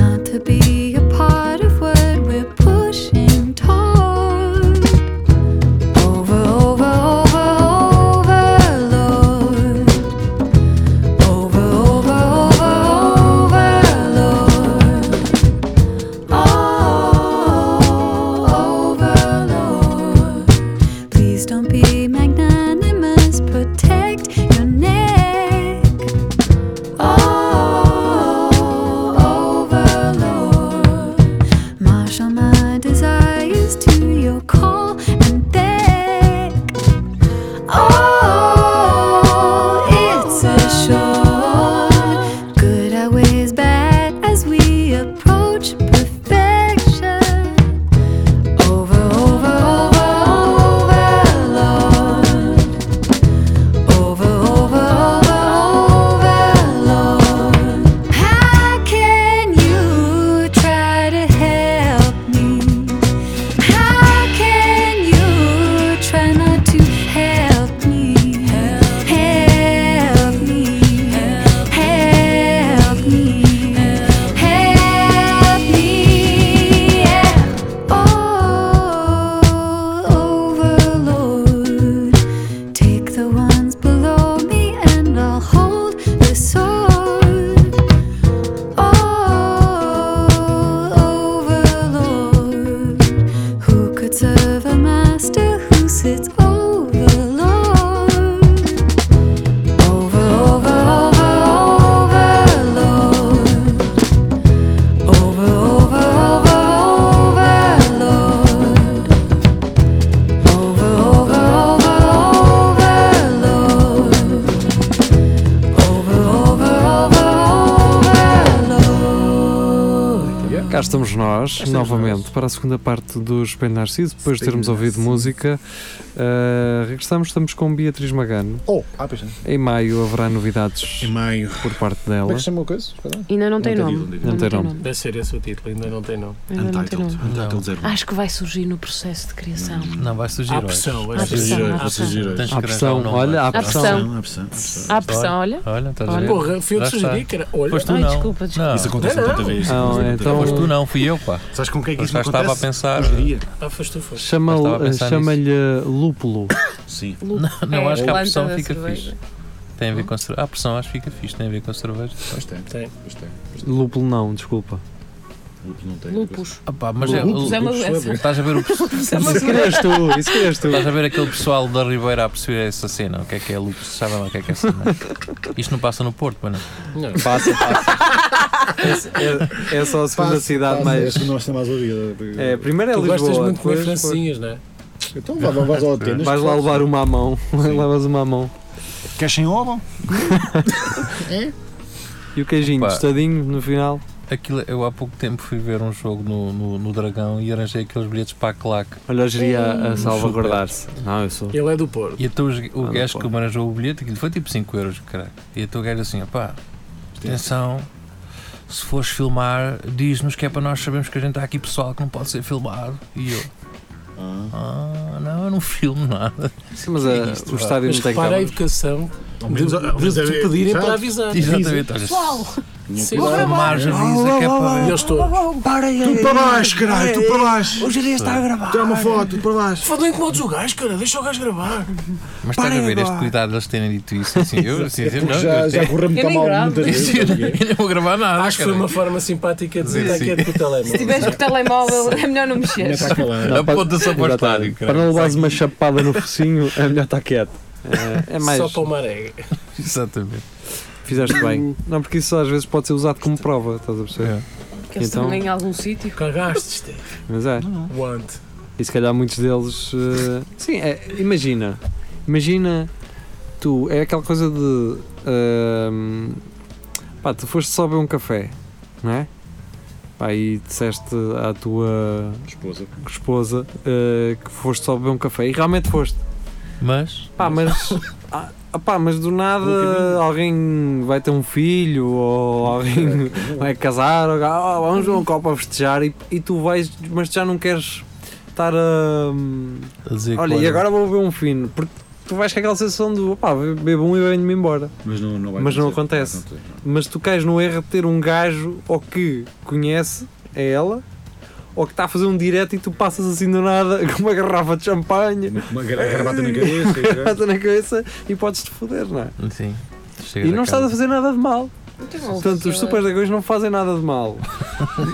not to be a part of what we're pushing toward. Over, over, over, overload. Over, over, over, overload. Oh, overload. Please don't be magnanimous. Protect your neck. Oh, overload. Marshal my desires to your call and deck. Oh, it's a shore. Good our ways, bad as we approach perfection. Over, over, over, overload. Over, over, over, How can you try to help me? How can you try not to help me? Help me, help me, help me, Oh, overload. Take the ones below me and I'll hold the sword. Oh, overlord. Who could serve a master who sits overlord? Over, over, over, overlord. Over, over, over, overlord. Over, over, over, overload. Over, over, over, overload.
Cá estamos nós,
é
novamente, para a segunda parte do Espelho Narciso, depois de termos ouvido música. Uh, regressamos, estamos com Beatriz Magano.
Oh, ah, pois é.
Em maio haverá novidades
Em maio.
por parte
Como
dela.
é que se chama o coisa? Espera lá.
Ainda não tem
tem
nome.
título,
Não tem nome.
Deve ser esse o título, ainda não tem nome.
Ainda não tem
Untitled.
nome. Ah,
Untitled Zero.
Acho que vai surgir no processo de criação.
Não, vai surgir
Há
hoje.
pressão, vai
Há
surgir
pressão,
hoje.
há
Há
pressão.
surgir hoje.
Tens que
À
arranjar um
pressão,
nome.
olha, à
Há
pressão.
pressão.
Há pressão, há pressão.
Há pressão, olha.
Olha, estás a
Olha.
ver?
Porra, fui eu
Já
que
está.
sugeri, cara. Olha,
Foste tu
Ai,
não.
desculpa, desculpa.
Ah. Não.
Isso acontece
Não, não.
muita vez.
Ah,
acontece muita
então-
vez.
Foste tu não, fui eu, pá.
Sabes com quem é que
Eu
isso
já
me
estava
acontece?
a pensar.
Hoje em dia.
ah, foste tu, foste.
Estava a
Chama-lhe
pensar
chama Lúpulo.
Sim.
Não, acho que a
Levanta
pressão
da
fica
cerveja.
fixe. Tem a ver com cerveja. A pressão acho que fica fixe, tem a ver com cerveja.
Pois tem.
Tem.
Pois tem.
Lúpulo não, desculpa.
Lupus não tem.
Lupus.
Ah, pá, mas
Lupus é uma
Lupus,
doença.
Estás a ver o
Isso é
Então,
uma
Isso
doença.
querias tu, isso querias tu.
Estás a ver aquele pessoal da Ribeira a perceber essa cena, o que é que é Lucas, sabem lá o que é que é essa cena. Isto não passa no Porto, pois não?
Não.
Passa, passa. É, é- é só a segunda
Passa,
cidade
passa,
mais.
esta Não está mais ouvida.
É, primeiro é
Tu
Lisboa.
gostas muito de comer
depois-
francinhas, não é?
Então vá, vá, vais ao Atenas.
Vais lá levar uma à mão. Levas uma à mão.
Queres sem ovo?
E o queijinho
Pá.
tostadinho no final.
Aquilo, eu há pouco tempo fui ver um jogo no, no, no Dragão e arranjei aqueles bilhetes para a claque.
Olha, eu iria a salvaguardar-se. Não, eu sou.
Ele é do Porto.
E então os- o
Ah,
gajo
pô.
que me arranjou o bilhete, aquilo foi tipo 5 euros, caralho. E então o gajo assim, pá, Atenção, se fores filmar, diz-nos que é para nós sabermos que a gente está aqui pessoal que não pode ser filmado. E eu,
Ah,
ah, não, eu não filmo nada.
Sim, mas a-
Isto,
o estádio
Mas
não tem
repara a
câmaras.
educação
Ao
de,
menos- ao
de,
menos
de
é-
te pedirem
Exato.
para avisar.
Exatamente, olha,
Pessoal,
tinha que
Sim.
dar-
Bora,
filmar já avisa que é para
Eles todos.
Tu para baixo, caralho, tu para baixo.
Hoje ele está a gravar.
Tira uma foto, tu para baixo.
Foda-se, incomodes o gajo, cara. Deixa o gajo gravar.
Mas estás a ver este cuidado deles terem dito isso assim, eu assim, dizer,
Porque
não,
já,
eu
já
tenho-
correu muito
Eu
um-
nem
mal
gravo.
muitas vezes.
eu
sabe o quê?
não vou gravar nada.
Acho que foi
caralho.
uma forma simpática de dizer
Sim,
está
sim.
quieto com o
se
telemóvel.
tiveres o telemóvel, é melhor não mexer.
Mete aquela-
Aponta-se para o estádio.
Exatamente. Para
caralho.
não levares uma chapada no focinho, é melhor estar quieto. É, é mais,
Só para o Maré.
Exatamente.
fizeste bem. Não, porque isso às vezes pode ser usado como prova, estás a perceber?
É.
Porque eles
Então-
estão em algum sítio.
Cagaste-te.
Mas é.
Want.
E se calhar muitos deles. eh, sim, é, imagina. Imagina tu. É aquela coisa de. ahm, pá, tu foste só beber um café, não é? Pá, e disseste à tua
Esposa.
esposa eh, que foste só beber um café. E realmente foste.
Mas,
Pá, mas. ah, ah, pá, mas do nada alguém vai ter um filho ou alguém vai casar, ou, ah, vamos beber um copo a festejar e, e tu vais, mas já não queres estar a.
a dizer que
Olha,
olha,
e agora vou ver um fino, porque tu vais com aquela sensação de pá, bebo um e venho-me embora.
Mas não, não vai
Mas não
acontecer.
acontece. Mas tu cais no erro de ter um gajo ou que conhece a ela, ou que está a fazer um direto e tu passas assim do nada com uma garrafa de champanhe,
Uma- Uma gra- gravata na cabeça. é e caralho.
bata na cabeça e podes-te foder, não é?
Sim. é Chegas
E não
a
estás
casa.
a fazer nada de mal.
Então,
Portanto, os super dragões não fazem nada de mal.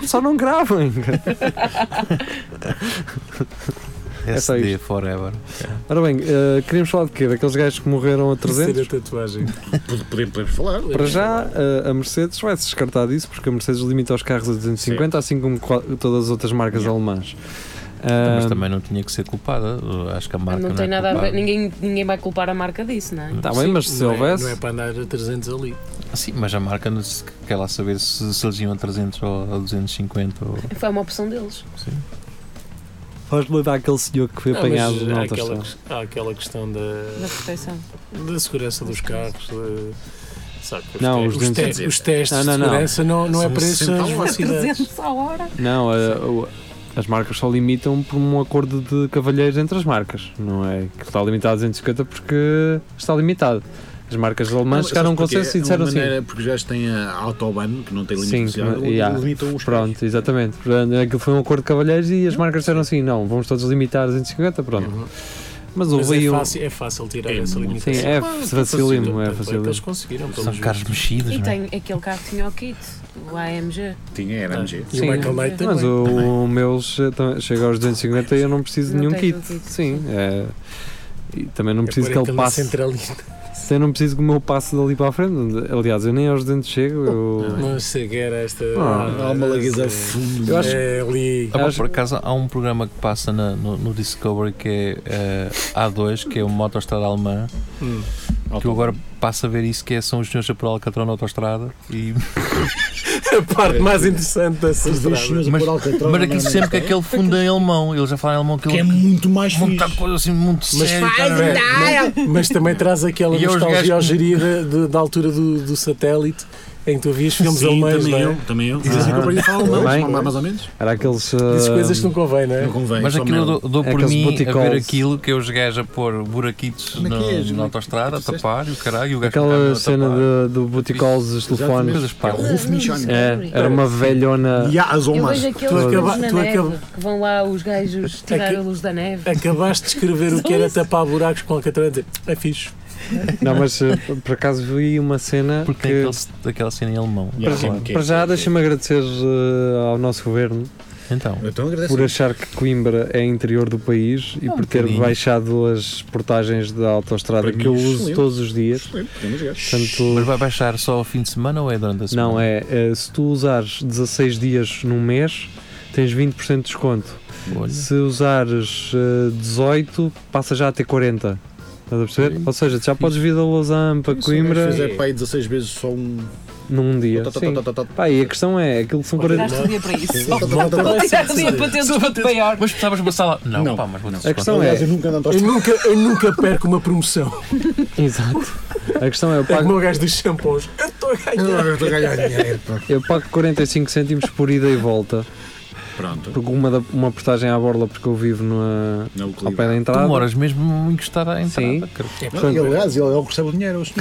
Só não gravem. É só
SD Forever.
Ora bem, eh, queríamos falar de quê? Daqueles gajos que morreram a 300?
Terceira tatuagem.
Pod- Podemos podemos falar.
Para já, eh, a- a Mercedes vai se descartar disso, porque a Mercedes limita os carros a 250, assim como qua- todas as outras marcas alemãs.
Então, Mas
Ah,
também não tinha que ser culpada. Eu Acho que a marca Hum.
Não
não,
tem
é
nada a ver.
culpada.
Ninguém, ninguém vai culpar a marca disso, não é?
tá bem, mas se
Não é-
houvesse.
Não é para andar a 300 ali. Ah,
Sim, mas a marca não se- quer lá saber se, se eles iam a 300 ou a 250 ou...
Foi uma opção deles.
Sim.
Faz-me lembrar aquele senhor que foi
Não,
apanhado
mas
na
há
autostrada.
aquela, que- há aquela questão
Da
da,
proteção.
da segurança dos carros. de- sabe, os,
Não,
te-
os
os,
dentes-
te- os testes
Ah, não,
de
não.
segurança não, não é
São
para essas
60 horas.
velocidades.
300 à hora.
Não, a- o- as marcas só limitam por um acordo de cavalheiros entre as marcas. Não é que está limitado a 250 porque está limitado. As marcas alemãs
Não,
chegaram a um
sabes porquê?
consenso e
É uma
disseram assim.
maneira- Porque já têm a Autobahn, que não tem limite
Sim,
velocidade,
que- yeah.
limitam os carros.
Pronto, exatamente. Portanto, aquilo foi um acordo de cavalheiros e as marcas disseram assim: não, vamos todos limitar a 250, pronto.
Uhum.
Mas
Mas
houve aí
é
um.
fácil, é fácil tirar
É
essa
muito
limitação. então,
Sim, é facilimo, é
Tanto que Eles
facilimo.
conseguiram, pelos
São carros mexidos,
E
não é?
tem aquele carro que tinha o kit, o AMG.
Tinha, era MG.
E o
Sim.
Michael Knight
Mas
também.
o, o meu che- tam- chega aos 250 e eu não preciso de
Não
nenhum
tens
kit.
um kit,
Sim, é. E também não
É
preciso
pôr
que ele
aquele na
passe.
centralita.
Eu não preciso que o meu passe dali para a frente. Aliás, eu nem aos 200 chego. Eu,
Não sei que era esta.
Ah,
Há uma
essa-
lagueza a fundo.
Eu acho-
É ali.
Ah, pá,
Acho-
Por acaso há um programa que passa na- no, no Discovery que é eh, A2, que é uma autostrada alemã,
Hum.
que eu agora passo a ver isso, que é, são os senhores a pôr Alcatrão na autostrada e
A parte mais interessante da estrada.
Mas- Mas aquilo sempre com aquele fundo em alemão, eles já falam em alemão que
Que é
ele
muito mais
montar
fixe.
coisa assim muito
Mas
séria.
faz um
cara, é.
andar! Mas também traz aquela
E é os
nostalgia
gajos
ao
que-
gerir da, da altura do, do satélite em que tu havias filmes
Sim,
alemães,
também
não é?
eu, também eu.
Dizem que eu aprendi a falar alemão,
Também.
mas
mais ou menos.
era aqueles.
Dizes coisas que
ah,
não convém, não é?
Não convém.
Mas
só
aquilo eu
merda.
dou, dou
É
por
aqueles
mim
booty
a ver
calls.
aquilo que é os gajos a pôr buraquitos
Como é que
na,
é,
na
Júlio?
autostrada, a
Tu disseste?
tapar e o caralho, e o gajo
aquela cena de, do booty
Fiz-
calls dos
Exatamente.
telefones.
Coisas parvas.
Rufnichon.
É, era uma velhona.
E há as
Eu
omas.
vejo aqueles
Tu
filmes
acaba-
na
tu
neve,
acaba-
é que vão lá os gajos tirar
Aqui-
a luz da neve.
Acabaste de escrever o que era tapar buracos com alcatrão e dizer, é fixe.
Não, mas eh, por acaso vi uma cena
Porque tem
que.
aquele- aquela cena em alemão.
Yeah.
Claro.
Sim, que-
Para já, deixa-me agradecer eh, ao nosso governo
Então,
Então agradeço.
por achar que Coimbra é interior do país e
Ah, um
por ter
bocadinho.
baixado as portagens da autostrada
Para
que
mim,
eu uso
excelente.
todos os dias.
Excelente, podemos jogar.
mas
Portanto,
vai baixar só ao fim de semana ou é durante a semana?
não é, eh, se tu usares 16 dias num mês, tens 20% de desconto.
Olha,
Se usares eh, 18, passa já a ter 40. Estás a perceber?
Sim. é
Ou seja, já podes vir da Lausanne para Coimbra
Se fizer pai 16 vezes só um.
num dia.
Tá, tá,
Sim.
tá, tá, tá, tá.
Pá, e a questão é, aquilo são 40.
Tiraste o dia para isso.
Tá, tá, tá, tá, tá.
Vou tirar o dia para ter um
Só para
desconto
ter-
maior.
Mas precisavas de uma sala. Não,
Não.
pá, mas vou
Não.
te
A questão
Aliás,
é,
eu nunca ando aos
Eu nunca, eu nunca perco uma promoção.
exato. A questão é, eu
É
pago,
como o gajo dos shampoos. Eu estou a ganhar.
Agora estou a ganhar dinheiro. pá.
Eu pago 45 cêntimos por ida e volta,
Pronto.
porque uma, da- uma portagem à borla, porque eu vivo na,
Na
ao pé
Euclide.
da
Tu
entrada.
moras mesmo encostar à entrada.
Sim.
cara.
Não, Ele, aliás, ele é o que recebe o dinheiro. hoje.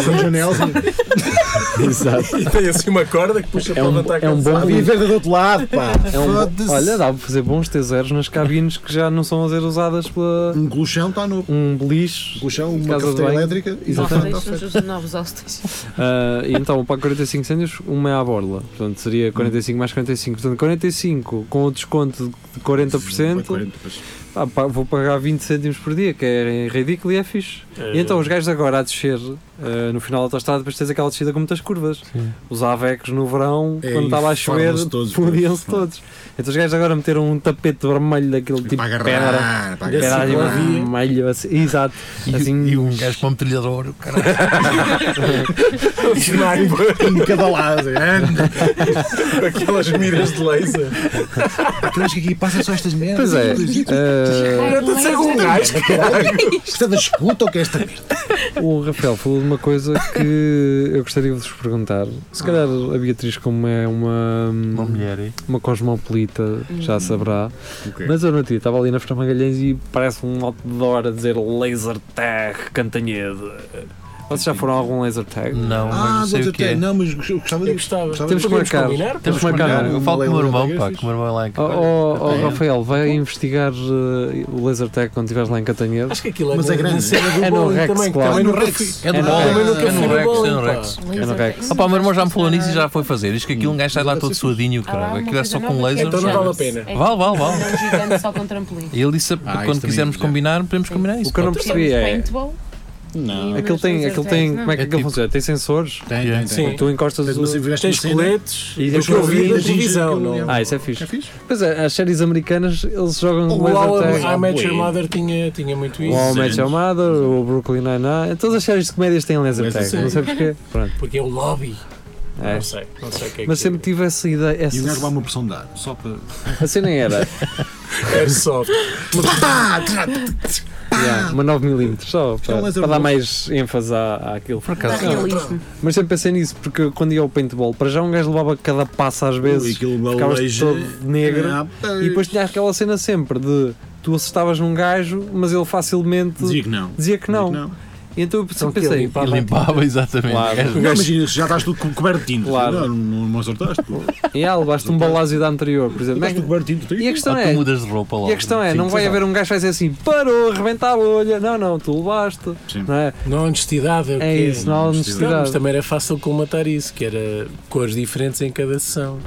Abre as janelas e-
Exato.
E tem assim uma corda que puxa
É
para
um-
levantar a
é um bom
Ah,
calçada.
Havia venda do outro lado, pá.
É um bo-
Foda-se.
olha, dá para fazer bons tesouros nas cabines que já não são a ser usadas pela
Um colchão está no.
um beliche.
Um colchão, uma
Casa de
cafeteira
banho. é
elétrica. Exatamente.
Hóspedes,
está feito.
os novos hóspedes.
Ah, e então, eu pago 45 cêntimos, uma é à borla. Portanto, seria 45 mais 45. Portanto, 45 com o desconto de 40%,
40, pois.
tipo,
ah, pá, vou pagar 20 cêntimos por dia, que é ridículo e é fixe. E então os gajos agora a descer eh, no final da autostrada, depois tens aquela descida com muitas curvas.
Sim.
Os avecos no verão,
É,
quando estava a chover,
inflamam-se todos,
fodiam-se
pois.
todos. Então os gajos agora meteram um tapete vermelho daquele tipo
Para
de pedra.
agarrar. Para
Pedra
agarrar.
ali vermelho, assim, exato.
E,
Assim-
e um gajo com uma metralhadora, o caralho.
Em cada lado. anda.
com aquelas miras de laser.
Aqueles que aqui passam só estas merdas.
Pois é. eh,
Não está a um gajo.
Isto é da escuta ou que é esta
o Rafael falou de uma coisa que eu gostaria de vos perguntar. Se calhar a Beatriz, como é uma,
Uma mulher aí.
uma cosmopolita, já saberá.
Ok.
Mas eu não tinha, estava ali na Framagalhães e parece um outdoor a dizer Laser Tag Cantanhede. Vocês já foram a algum Laser Tag?
Não, mas
Ah,
não sei
vou
o que é.
dizer, não, mas eu gostava
Eu
disso.
gostava.
Gostava
Temos que
disso.
Podemos
marcar.
combinar?
Temos que
marcar.
marcar.
Eu falo com o meu irmão,
Leila
pá,
Rodrigues.
que o meu irmão é lá em
Oh,
casa.
oh, oh,
Até eu.
Rafael, vai investigar uh, o Laser Tag quando estiveres lá em Cantanhede.
Acho que aquilo é
Mas
na-
é grande.
na cena do
É no
bowling
Rex
também, que
Club.
também
É no
nunca
Rex.
fui-
É do
É no
Ball,
também nunca
é
fui
no
no
Rex, é
bowling,
no
pá.
Rex.
É no Rex.
Ah pá, o meu irmão já me falou nisso e já foi fazer. Diz que aquilo um gajo sai lá todo suadinho,
Ah,
caralho.
uma
Aquilo é
coisa
só com
nova que é
laser.
Então não
do
vale a
género.
pena.
É que
Vale, vale,
É
vale.
um gigante só com trampolim.
Ele disse, a-
Ah, isso
quando
também
quisermos
já.
combinar, podemos combinar isso.
O que eu não
pá.
percebi é.
Paintball
Não.
e
Aquilo
umas
tem.
coisas
Aquilo
dessas,
tem
não
como é que
É
aquilo
tipo-
funciona? Tem sensores?
Tem, tem, tem.
Sim.
Tu encostas.
Mas
o-
tiveste
Tens
uma cena-
coletes.
E
Eu
depois
que eu vi na
coletes,
televisão,
que eu
não.
lembro.
Ah, isso é
É
fixe.
fixe.
Pois é, as séries americanas eles jogam
O How
Laser
I
Tag.
Met Your
Ué.
Mother tinha, tinha muito
O
isso.
All Match Your Mother, o Brooklyn Nine-Nine, todas as séries de comédias têm laser
Laser
tag, não
tag.
sei porquê. Pronto,
Porque é o lobby.
é.
Não sei, não sei o que é
Mas
que
sempre tive essa ideia.
E o gajo lá
Essa,
uma pressão de ar. Só para.
a cena era
é. Airsoft.
yeah, uma 9mm, só
é um
para,
laser
para dar
ball.
mais ênfase à, àquilo.
Por
Dá
acaso,
realismo.
Mas sempre pensei nisso, porque quando ia ao paintball, para já um gajo levava cada passo às
Ui,
vezes,
aquilo é
ficavas
baleja.
todo negro.
Ah,
E depois tinha aquela cena sempre de tu acertavas num gajo, mas ele facilmente
Dizia que não.
dizia que não.
Não,
E então eu sempre
que ele
pensei,
limpava.
E limpava, exatamente. É,
Claro.
Gajo-
Não, imagina, já estás tudo co- coberto de tinta.
Claro.
Não, não não acertaste. pô.
e ah, levaste um balásio da anterior, por exemplo.
Estás tudo coberto de tinta.
E a
Ou
questão
tu
é,
mudas de roupa logo.
E a questão é,
Sim,
não vai
sim.
haver um gajo que vai dizer assim, parou, arrebenta a bolha. Não, não, tu levaste.
Sim.
Não é?
Não há honestidade. o
é
que
isso, não há
Não, mas
necessidade.
também era fácil colmatar isso, que era cores diferentes em cada sessão.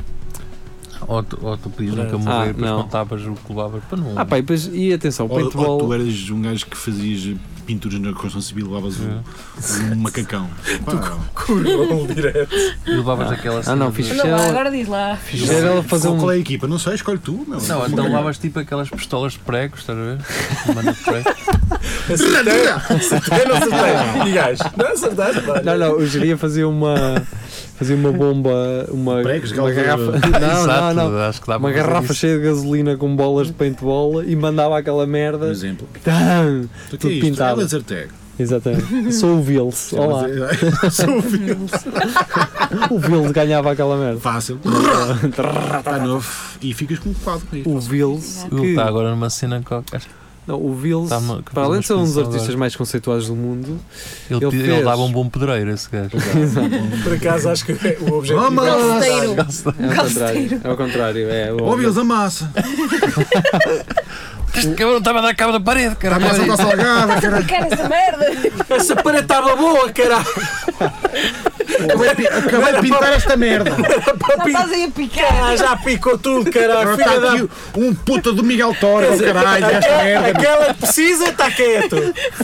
Ou tu, ou tu podias
Ah,
nunca morrer, depois
não.
contavas o que levavas para não.
Ah, pá, e, depois, e atenção, o
Ou, ou tu
paintball.
eras um gajo que fazias pinturas na construção civil e levavas um,
É.
um macacão. Pá,
Curvão direto.
E levavas aquela
Ah, não,
de-
fiz
Anda
era-
lá, agora diz lá.
já era ele fazer
qual,
um.
qual é a equipa? Não sei, escolhe tu. Meu.
Não, então
Macacão.
levavas tipo aquelas pistolas de pregos, estás a ver? Manda de prego.
Acertei, não acertei. E gajo, não acertaste, pá.
Não, não, o Geria fazia uma. Fazia uma bomba. Uma,
Pregos,
uma garrafa.
galera.
Não,
Exato,
não, não.
Acho que dá
Uma
para fazer
garrafa
isso.
cheia de gasolina com bolas de paintball e mandava aquela
Por
merda.
exemplo.
Tam!
Tu
Tudo
que é isto?
pintado.
É laser tag. é,
Exatamente. Sou o Vils. Olá.
Sou filho.
O Vils ganhava aquela merda.
Fácil. Está novo. E ficas com um quadro. com isto.
O Vils.
Ele
que-
está tá agora numa cena que acho que
Não, o Vils,
Tá-me- que
para além de ser um dos
fez uma
artistas
agora.
mais conceituados do mundo,
ele,
Ele
ele,
fez.
dava um bom pedreiro esse gajo.
Por acaso acho que é o objetivo
Vamos!
Costeiro.
é ao contrário. É ao contrário. É, o-
Ó, Vils, amassa.
Este cabrão estava a dar cabo da parede,
A
caralho.
massa está salgada, caralho.
Quero essa merda!
Essa parede estava boa, caralho.
Acabei, de- acabei de pintar esta merda.
Já estás aí a picar!
Ah, já picou tudo, caralho.
Agora
tá
Filha
está
da... é,
aqui um puta do Miguel Toro, oh, caralho, esta merda.
Aquela que precisa está tá quieto.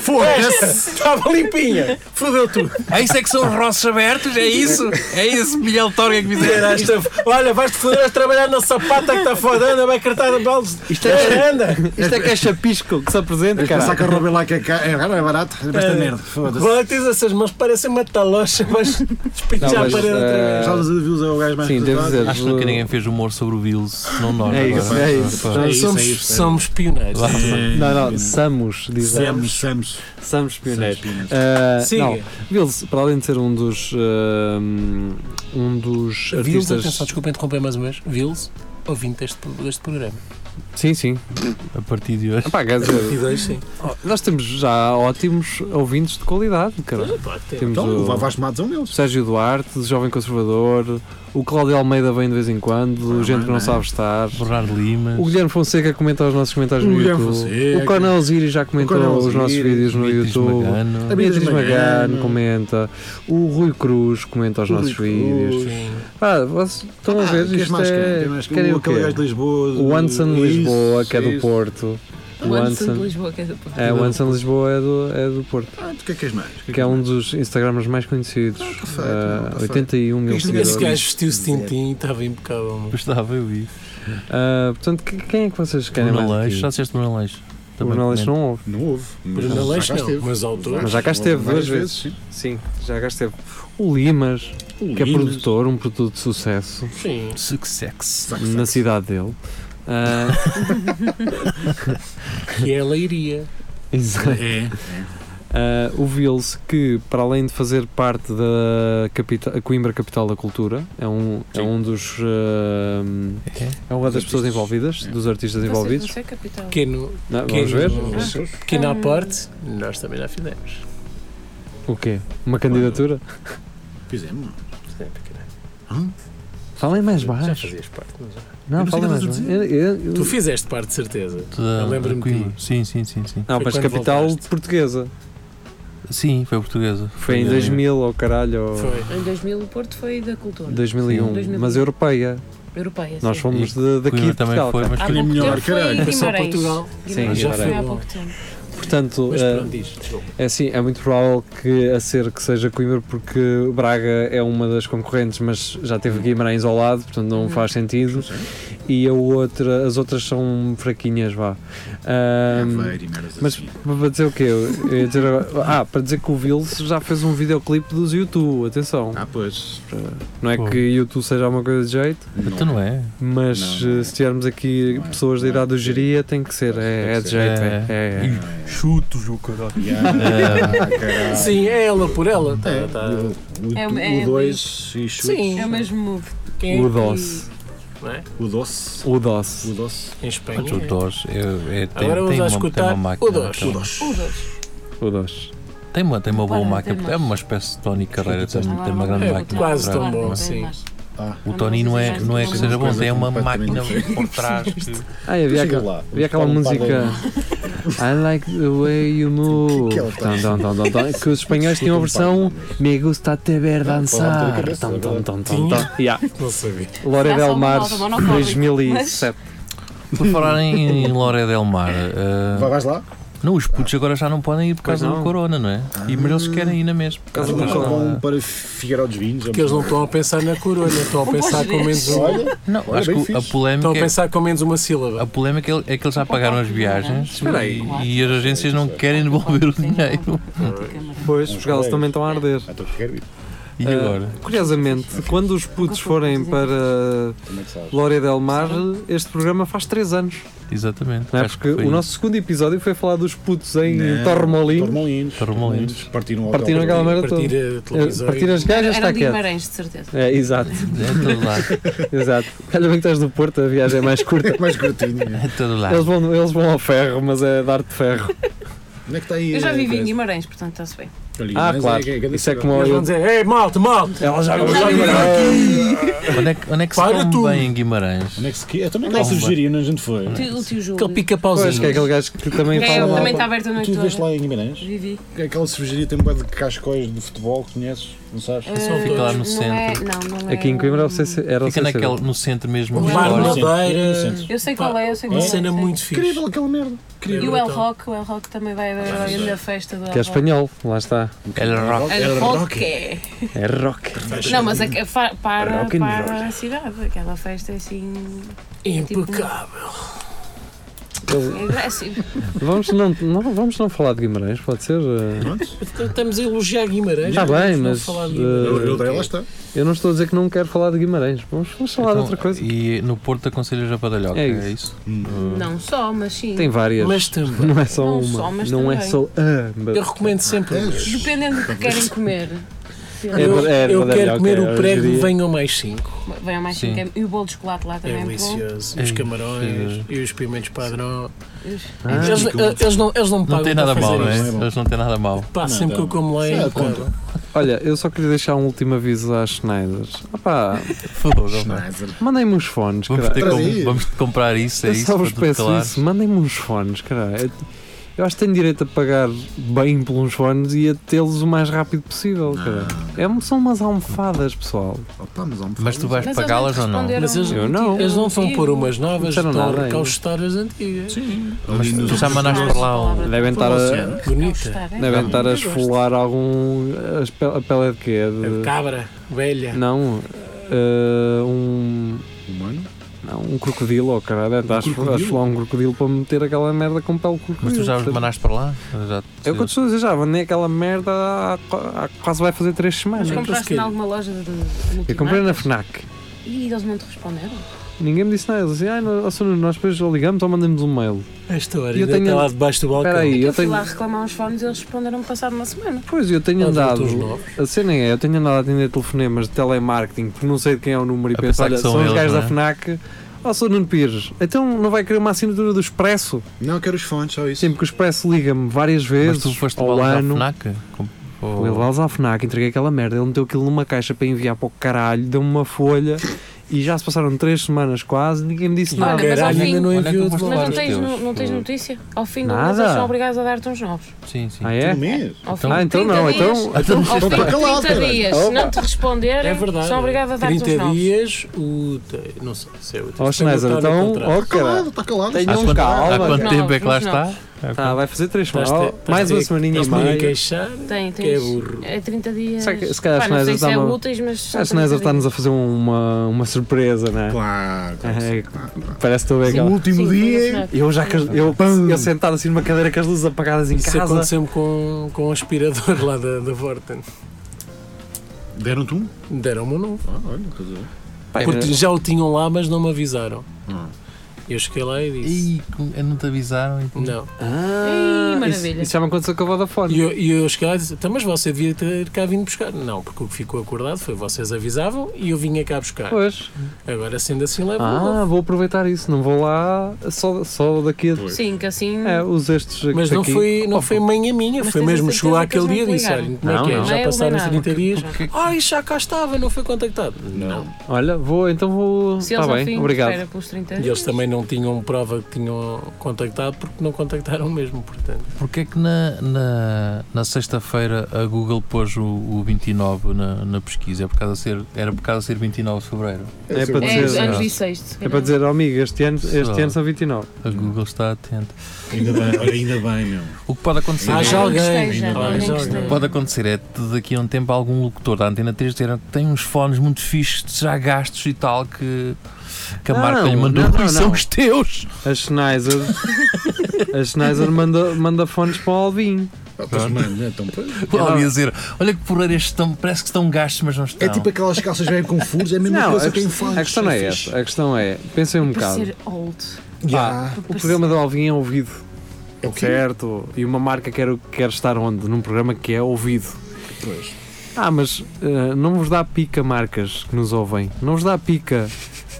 Foda-se. Estava limpinha. Fodeu tudo.
Ah, isso é que são os roços abertos? É isso? É isso, Miguel Torga que fizeram?
Caralho, esta- Olha, vais-te foder vais trabalhar na sapata que tá está foda. Anda, vai cartar de baldes.
Isto é, isto é que é chapisco que se apresenta,
Pensar
cara.
que a
É
Robin lá que é, ca- é, é barato, esta merda, foda-se.
Tá Qual é que tens essas mãos? Parecem uma talocha, mas
Não,
Já
mas,
para outra
eh,
vez.
Estavas a views é o gajo mais
Sim, devo
retratado.
dizer.
Acho que nunca ninguém fez humor sobre o Bills, senão nós.
É isso,
agora.
é isso.
Pá.
é isso,
somos,
é isso, é.
somos pioneiros.
Lá.
É,
Não, não,
é,
Samus, diz
Samus, Samus.
Samus pioneiros.
Samus.
Ah,
Siga.
não, Bills, para além de ser um dos ah, um dos
Vils,
é
artistas.
atenção, desculpa interromper mais uma vez. Vils, ouvinte deste, deste programa.
Sim, sim.
A partir de hoje.
Epá, quer dizer,
dois, sim.
nós temos já ótimos ouvintes de qualidade, cara.
Pá, que tem.
Temos
Então, o
o,
Vasco Matos é um deles.
Sérgio Duarte, Jovem Conservador, o Cláudio Almeida vem de vez em quando,
Ah,
gente que não
não é?
sabe estar.
Bernardo Lima.
O Guilherme Fonseca comenta os nossos comentários no
O Guilherme
YouTube.
Fonseca.
O Conan Osiris já comentou
Conan
os nossos
Osiris,
vídeos no
Beatriz
YouTube.
Magano.
A Beatriz
Beatriz
Magano
Magano.
comenta. O Rui Cruz comenta os
O
nossos
Rui
vídeos.
Cruz.
Ah, vocês estão a
Ah,
ver?
queres
Isto
mais quem?
é...
Quem mais quem?
Querem
O-
o
aquele gajo
quê?
de Lisboa.
O Anson
de-
de Lisboa, que é do
isso.
Porto. O
Anson de
Anson...
Lisboa, que é do Porto.
É, o Anson de Lisboa é do, é do Porto.
Ah, tu o que é que és mais? O
Que é um dos Instagrams mais conhecidos.
perfeito,
Ah,
perfeito.
81 mil
Este
seguidores.
Esse gajo vestiu-se tintim e estava impecável. mano.
Gostava, eu vi.
é-
Ah, portanto, que- quem é que vocês querem
Bruno
mais?
Aleixo. Já
aqui?
disseste Bruno Aleixo.
O
Também
Bruno Aleixo
comenta.
não ouve.
Não houve.
Mas na Leix não, mas autor.
Mas já cá esteve duas
várias
vezes.
sim.
Sim, já cá esteve. O Limas, que é produtor, um produtor de sucesso
Sim.
Success.
na cidade dele. Ah,
Que é ela iria.
exato.
É.
Ah, o Vils, que para além de fazer parte da capita- Coimbra Capital da Cultura, é um, é um dos. ah, é uma das pessoas envolvidas, dos artistas
Vocês
envolvidos.
não sei capital.
Pequeno,
Não,
pequeno,
vamos ver?
pequeno à parte, nós também já fizemos.
O quê? Uma candidatura?
Fizemos.
Sim, pequeno.
Falem mais
Já
baixo.
fazias parte, não já?
Não,
não sei o
falem
que
mais
estás
baixo.
a
Eu- eu-
Tu fizeste parte, de certeza. Eu lembro-me de
Coimbra. Sim, sim, sim, sim.
Não,
Foi
mas
quando
capital
voltaste.
portuguesa.
Sim, foi portuguesa.
Foi em 2000 ou caralho. ou-
Foi.
Em 2000 o Porto foi da cultura
2001,
Sim.
2001.
mas europeia.
europeia.
Nós
sim.
fomos de, daqui
Coimbra
de
também
Portugal. tá? Ah,
foi, mas
Há
foi-
Queria
pouco
melhor,
tempo foi
caralho.
Foi só
Guimarães.
Portugal.
Guimarães
Sim,
foi há
Guimarães.
pouco tempo.
Portanto,
Mas
eh,
pronto, diz, desculpa.
é assim, é muito provável que a ser que seja Coimbra, porque Braga é uma das concorrentes, mas já
Uhum.
teve Guimarães ao lado, portanto não
Hum.
faz sentido. E a outra, as outras são fraquinhas, vá. Ahm, mas
Mas
para dizer o quê? Eu ia dizer agora- ah, para dizer que o Vils já fez um videoclipe dos YouTube, atenção.
Ah, pois.
Não é
Pô.
que YouTube seja uma coisa de jeito,
Então não é?
mas
Não, não
eh,
é.
se tivermos aqui
Não é.
pessoas da
Não é.
idade do geria, tem que ser, é, é de
Tem
que
jeito,
ser.
é. é, é.
Chutos, o caralho.
Ah, caralho.
Sim, é ela por ela. Tá,
É,
tá.
É um-
o-
é
O 2 e
Sim.
chute.
É o mesmo move.
Quem
O
é
doce.
não é?
O doce.
O doce.
O doce.
Em Espanha.
Mas o DOS é, é, tem,
um Agora vamos
tem,
lá
uma,
escutar
tem uma máquina.
o DOS.
Tem,
O doce.
O dois.
O doce.
tem uma, tem uma boa
Agora tem
máquina.
mais.
É uma espécie de Tony Carreira. Tem,
Agora
tem uma grande
vamos
É,
máquina.
quase
por
tão
trás.
bom.
Agora tem
sim.
mais.
Ah.
O Tony não é, não é que seja bom,
Coisa
tem uma
completamente
máquina por trás. que-
Ah, havia,
Chega
aquela-
lá.
havia aquela
Vamos para o
música I like the way you move.
um Que que ela
Tam,
tem?
tam, tam, tam, tam, que os espanhóis tinham a versão Me gusta te ver dançar.
cabeça,
Tam, tam,
verdade.
tam, tam, tam. Yeah.
Não sabia.
Lore
Já
del
são
Mar
monótono, monofóbico,
2007.
Por falar em, em Loré del Mar, ah,
Vai- Vais lá?
não, os putos agora já não podem ir por
Pois
causa
não.
do corona, não é? E, mas eles querem ir na mesma.
Eles
causa do
Mas
nunca
não
vão
há-
para Figueira dos Vinhos. é
Porque eles não estão a pensar na corona, estão a pensar com menos um.
Olha,
Não,
Olha,
acho
bem
que a
fixe.
polémica
Estão a
é-
pensar com menos uma sílaba.
A polémica é- é que eles já pagaram as viagens e, e as agências não querem devolver o dinheiro.
Pois, porque elas
colegas.
também estão a arder.
Ah, então quero ir.
E
Ah,
agora?
Curiosamente, quando os putos forem para
Como é que sabes?
Lore del Mar, este programa faz 3 anos.
Exatamente.
Não é?
Acho
Porque
que foi
o nosso segundo episódio foi falar dos putos em
Não,
Torremolino.
Tormolinos.
Torremolinos.
Partiram ao
Partiram
hotel.
aquela merda toda.
Partir a televisão.
Eh, Partir as gajas,
Era
está
de
quieto.
Guimarães, de certeza.
É, exato,
É todo lá.
exato. Calha bem que estás do Porto, a viagem é mais curta.
Mais curtinho. né?
É todo lá.
Eles vão, eles vão ao ferro, mas é dar-te ferro.
Onde é que está aí?
Eu já
a
vivi em
empresa?
Guimarães, portanto está-se bem.
Ali,
Ah,
mas
claro.
que grande
Isso é
cidade.
como
Eles vão
eu.
dizer, ei, malta, malta!
Ela já
Eles já viveram
Onde é que, onde é que se
Para
come
tudo.
bem em Guimarães?
Onde é que se... Eu também
Onde é que
gosto de
se-
sugerir, onde a gente foi.
O tio- O tio Júlio.
Aquele
Pois,
pica-pauzinho.
que é aquele gajo que também
É,
fala
também
mal.
está aberto a
Tu
noite toda.
vês lá em Guimarães?
Vivi.
Aquela cervejaria tem um bocado de cascóis de futebol que conheces, não sabes?
Eh,
fica lá no
não é-
centro.
não, não é
Aqui em Coimbra era o
um-
CC. Era o
Fica
CCD.
naquele, no centro mesmo.
Um
Não.
bar de
histórico.
madeira.
Eu sei qual é, eu sei qual
Uma
é.
cena
sei.
muito fixe.
Incrível aquela merda.
E o El
Então,
Rock, o El Rock também vai haver a grande festa do El
Que é
Rock.
espanhol, lá está.
El Rock.
El Rock.
É rock.
Não, mas é que fa- para,
Rock and
para a cidade, aquela festa é assim.
Impecável.
ele- Vamos não, não- vamos não falar de Guimarães, pode ser? Eh,
Pronto,
tipo,
Então, Estamos a elogiar Guimarães.
Tá
não
bem,
vamos
mas,
falar de
eh,
Guimarães.
eu, eu, lá está.
Eu não estou a dizer que não quero falar de Guimarães, vamos, vamos falar de
Então,
outra coisa.
E no Porto aconselhas a Badalhoca,
É
é
isso.
isso?
Não só, mas sim.
Hum. Tem várias.
Mas também.
não é só
Não
uma.
só, mas
não é
também.
só a. mas-
Eu recomendo sempre. mas
Dependendo do que querem comer.
É,
eu
é,
eu
é,
quero
ok,
comer
hoje
o
em
prego,
dia.
venham mais cinco.
Vem ao mais
Sim.
cinco. E o bolo de chocolate lá
É
também é bom.
delicioso. E os
É,
camarões
é.
e os pimentos padrão.
Ah,
Eles, eh, eles não, eles não me
Não
pagam
tem nada
para
mal,
fazer
não é?
isto.
isto.
Eles não têm nada mal.
Pá,
Não,
sempre que eu
tá.
como lá
Sim,
é
é, conta.
Olha, eu só queria deixar um último aviso à Schneider. Opá,
Foda-se, não é?
Schneider.
mandem-me uns fones,
Vamos,
caralho.
ter
Traz
com-
aí.
vamos te comprar isso, é
eu
isso?
só vos
para tu
peço
calares.
isso, mandem-me uns fones, caralho. Eu- Eu acho que tenho direito a pagar bem por uns fones e a tê-los o mais rápido possível,
Ah.
caralho. É, um- são umas almofadas, pessoal.
Opa, mas há um
Mas tu vais
Mas
pagá-las
eles
ou não?
responderam
Mas eles-
Eu não.
Eles não vão pôr umas
Não né?
novas,
disseram
estão a
nada ainda.
recaustar as antigas.
Sim,
Mas
ali no-
tu já mandaste
Não,
para lá um.
palavra.
Devem estar a,
Oceano. Bonita.
Gostar, é?
devem estar a
eu gosto.
esfolar algum. as pe- A pele é de quê? É
É de
de-
Cabra, velha.
Não, eh, um.
Humano?
Não, um crocodilo, oh, caralho. Estás a
crocodilo?
esfolar um crocodilo para meter aquela merda com pele de crocodilo.
Mas tu já os
percebes?
mandaste para lá? Já
É o que eu te estou a dizer, já mandei aquela merda há, há- quase vai fazer 3 semanas.
Mas é
Não, então
compraste
aquilo-
em alguma loja de, de
Eu comprei na
multimarcas?
FNAC.
E eles não te responderam?
Ninguém me disse nada. Eles assim, ah, nós depois ligamos ou mandamos um mail.
A história
Eu
ainda
tenho-
está lá debaixo do balcão.
Espera aí,
Eu,
eu
fui
tenho.
lá reclamar uns fones e eles responderam passado uma semana.
Pois, eu tenho
Lá de
andado.
outros novos.
A cena é, eu tenho andado a atender telefonemas de telemarketing, porque não sei de quem é o número e
A
penso,
pensar
olha,
que são
são, os
eles,
gajos
não
da
é?
FNAC. Ó, sou Nuno Pires, então não vai querer uma assinatura do Expresso?
Não, quero os fones, só isso.
Sempre que o Expresso liga-me várias
Mas
vezes
tu foste
ao
para lá
ano.
na FNAC? Com-
Fui
ou-
levá-los à FNAC, entreguei aquela merda, ele meteu aquilo numa caixa para enviar para o caralho, deu-me uma folha e já se passaram três semanas quase, ninguém me disse
E o
Olha,
nada.
mas ao
caralho
fim-
ainda não
Olha que
enviou
eu
de
vou
Mas
Claro,
lá.
não
os
tens,
teus.
no- não tens notícia? Ao fim do
Nada.
mês eles são obrigados a dar-te uns novos.
Sim, sim.
Ah é?
Todo um mês.
Ao fim
Então-
de
Ah, então
30
não,
dias,
então.
Então,
Ao fim
Então
de
tá calado,
30
caralho.
dias, se não te responderem,
É verdade.
são obrigados a dar-te uns
30
novos.
dias úteis. Não sei se é úteis.
Ó, Schneider,
Está no
então.
contrato.
Ó, caralho.
Calado, está calado.
Tenho-
Há
Não,
quanto,
calma,
há quanto
cara.
tempo é que lá
Não,
está?
Tá, vai fazer três semanas.
Estás-te-
Ó,
estás-te
mais
a-
uma semaninha e
estás-te a
meia.
queixar
Tem, tens.
que é burro.
É 30 dias.
Será que- se calhar
Pá, não
Schneider
sei se
dá
é
uma-
úteis, mas. são
A Schneider
30 dias.
está-nos a fazer uma, uma surpresa, não é?
Claro. claro,
É,
claro, claro.
Parece que estou a ver
O
aquela.
último
Sim, foi assim.
dia.
na
Eu já cas- eu, eu sentado assim numa cadeira com as luzes apagadas em
Isso
casa.
aconteceu-me com, com o aspirador lá da, da Vorten.
Deram-te um?
Deram-me um novo.
Ah, olha, quer dizer.
Pai,
Porque já o tinham lá, mas não me avisaram.
Hum.
Eu cheguei lá e disse.
Ih, como- não te avisaram? e-
Não.
ah,
Ih,
isso,
maravilha.
isso já me aconteceu com a Vodafone.
E eu, e eu cheguei lá e disse: "Então, Mas você devia ter cá vindo buscar. Não, porque o que ficou acordado foi vocês avisavam e eu vinha cá buscar.
Pois.
Agora, sendo assim, leva um novo.
Ah, vou aproveitar isso. Não vou lá só, só daqui a
Sim, que assim.
É, os estes aqui.
Mas não
aqui.
foi, não foi manha minha,
Mas
foi
tens a
mesmo,
certeza
chegou
que
àquele
eles
dia
não
e
te
disse, olha,
ligaram?
como é
Não,
que é?
não.
Já
Mail,
passaram os
nada.
30 dias.
Porque-
Ai, já cá estava, não foi contactado. Não.
Olha, vou, então vou.
Se
Está
eles ao
bem,
fim,
obrigado.
espera pelos 30
E
dias.
eles também não tinham prova que tinham contactado porque não contactaram mesmo, portanto.
Porque é que na, na, na sexta-feira a Google pôs o, o 29 na, na pesquisa? É por causa de ser, era por causa de ser 29 de fevereiro.
É para
É,
dizer.
anos
Sim.
16. se
É
calhar.
para dizer, oh, amigo, este ano, este
Só.
ano são 29.
A Google está atenta.
Ainda bem, olha, ainda bem, meu.
O que pode acontecer
Ah,
é-
já alguém.
Esteja,
Ah,
nem
já
que
alguém.
esteja.
pode acontecer é de daqui a um tempo algum locutor da Antena 3 dizer tem uns fones muito fixos, já gastos e tal, que, que a
Não,
marca lhe mandou
não, não,
e são
não.
os teus.
A Schneider. a Schneider manda, manda fones para o Alvin.
Ah, pois, mano, então, pois.
Olha, dizer, olha que porreiro estes estão, parece que estão gastos, mas não estão.
É tipo aquelas calças bem com furos, é a mesma
Não, a,
coisa que em
questão-
fones.
a questão não é esta. A questão é, pensem um
Para
bocado.
ser old.
Pá, o programa do Alvin é ouvido.
é
Certo? E uma marca quer, quer estar onde? Num programa que é ouvido.
Pois.
Ah, mas eh, não vos dá pica marcas que nos ouvem. Não vos dá pica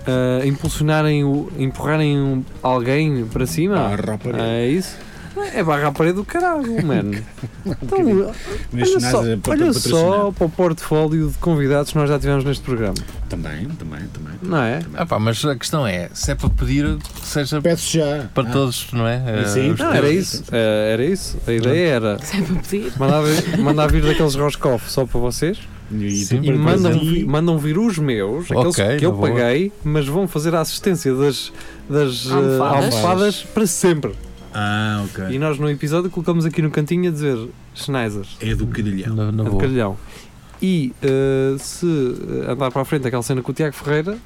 eh, impulsionarem, o, empurrarem um- alguém para cima.
Ah, rapariga.
Ah, é isso? É barra à parede do caralho, mano. Então,
Mas
olha só,
nada é para-
olha
para
só para o portfólio de convidados que nós já tivemos neste programa,
patrocinar. Também, também, também.
não é?
Ah pá, mas a questão é, se é para pedir, que seja
Peço já.
para
Ah,
todos, não é?
E sim.
Eh, os
Não,
teus.
era isso, eh, era isso. A ideia era
Se é para pedir.
mandar vir, mandar vir daqueles Roscoff só para vocês
E,
Sim,
e
Para
mandam,
fazer-
vi- mandam vir os meus, aqueles
Ok,
que eu
na boa.
paguei, mas vão fazer a assistência das, das eh,
Almofadas.
almofadas para sempre.
Ah, ok.
E nós no episódio colocamos aqui no cantinho a dizer Schneider.
É do carilhão.
Na, na
É de
boa.
Carlhão. E eh, se eh, andar para a frente aquela cena com o Tiago Ferreira,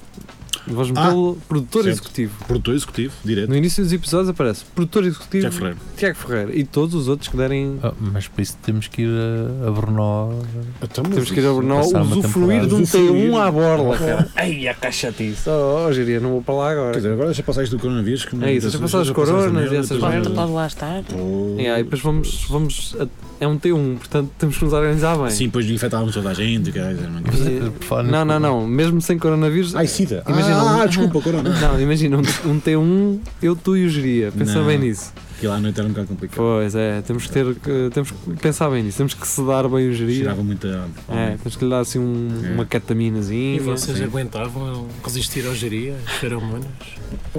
Voz
Ah,
pelo produtor
certo.
executivo.
Produtor executivo, direto.
No início dos episódios aparece produtor executivo
Tiago Ferreira.
Tiago Ferreira e todos os outros que derem.
Ah, mas para isso temos que ir a, a Brno.
Então, mas
Temos que ir a
isso-
Brno
passar uma
usufruir de um
Usufruir.
T1 à borla, cara. Ei, a caixa disso. Oh, oh, Jeria, não vou para lá
Quer
agora.
dizer, agora já passaste do coronavírus. Que
É isso, já passaste os coronas e essas
Pode,
merdas.
pode lá estar.
Oh.
É, e depois vamos. vamos a- é um T1, portanto temos que nos organizar bem.
Sim, depois infectávamos toda a gente. caralho, era uma coisa.
Por falar nisso,
Não, não, não. Mesmo sem coronavírus.
Ai, Sida.
Imagina
ah,
um-
desculpa, corona.
Não, imagina, um, um T1, eu, tu e o Jeria. Pensa
Não.
bem nisso.
Que lá à noite era um bocado complicado.
Pois é, temos que ter. que- Temos que pensar bem nisso. Temos que sedar bem o Jeria.
Cheirava muito a.
É, temos que lhe dar assim um-
É.
uma
E
cataminazinha.
vocês aguentavam resistir ao geria, às feromonas?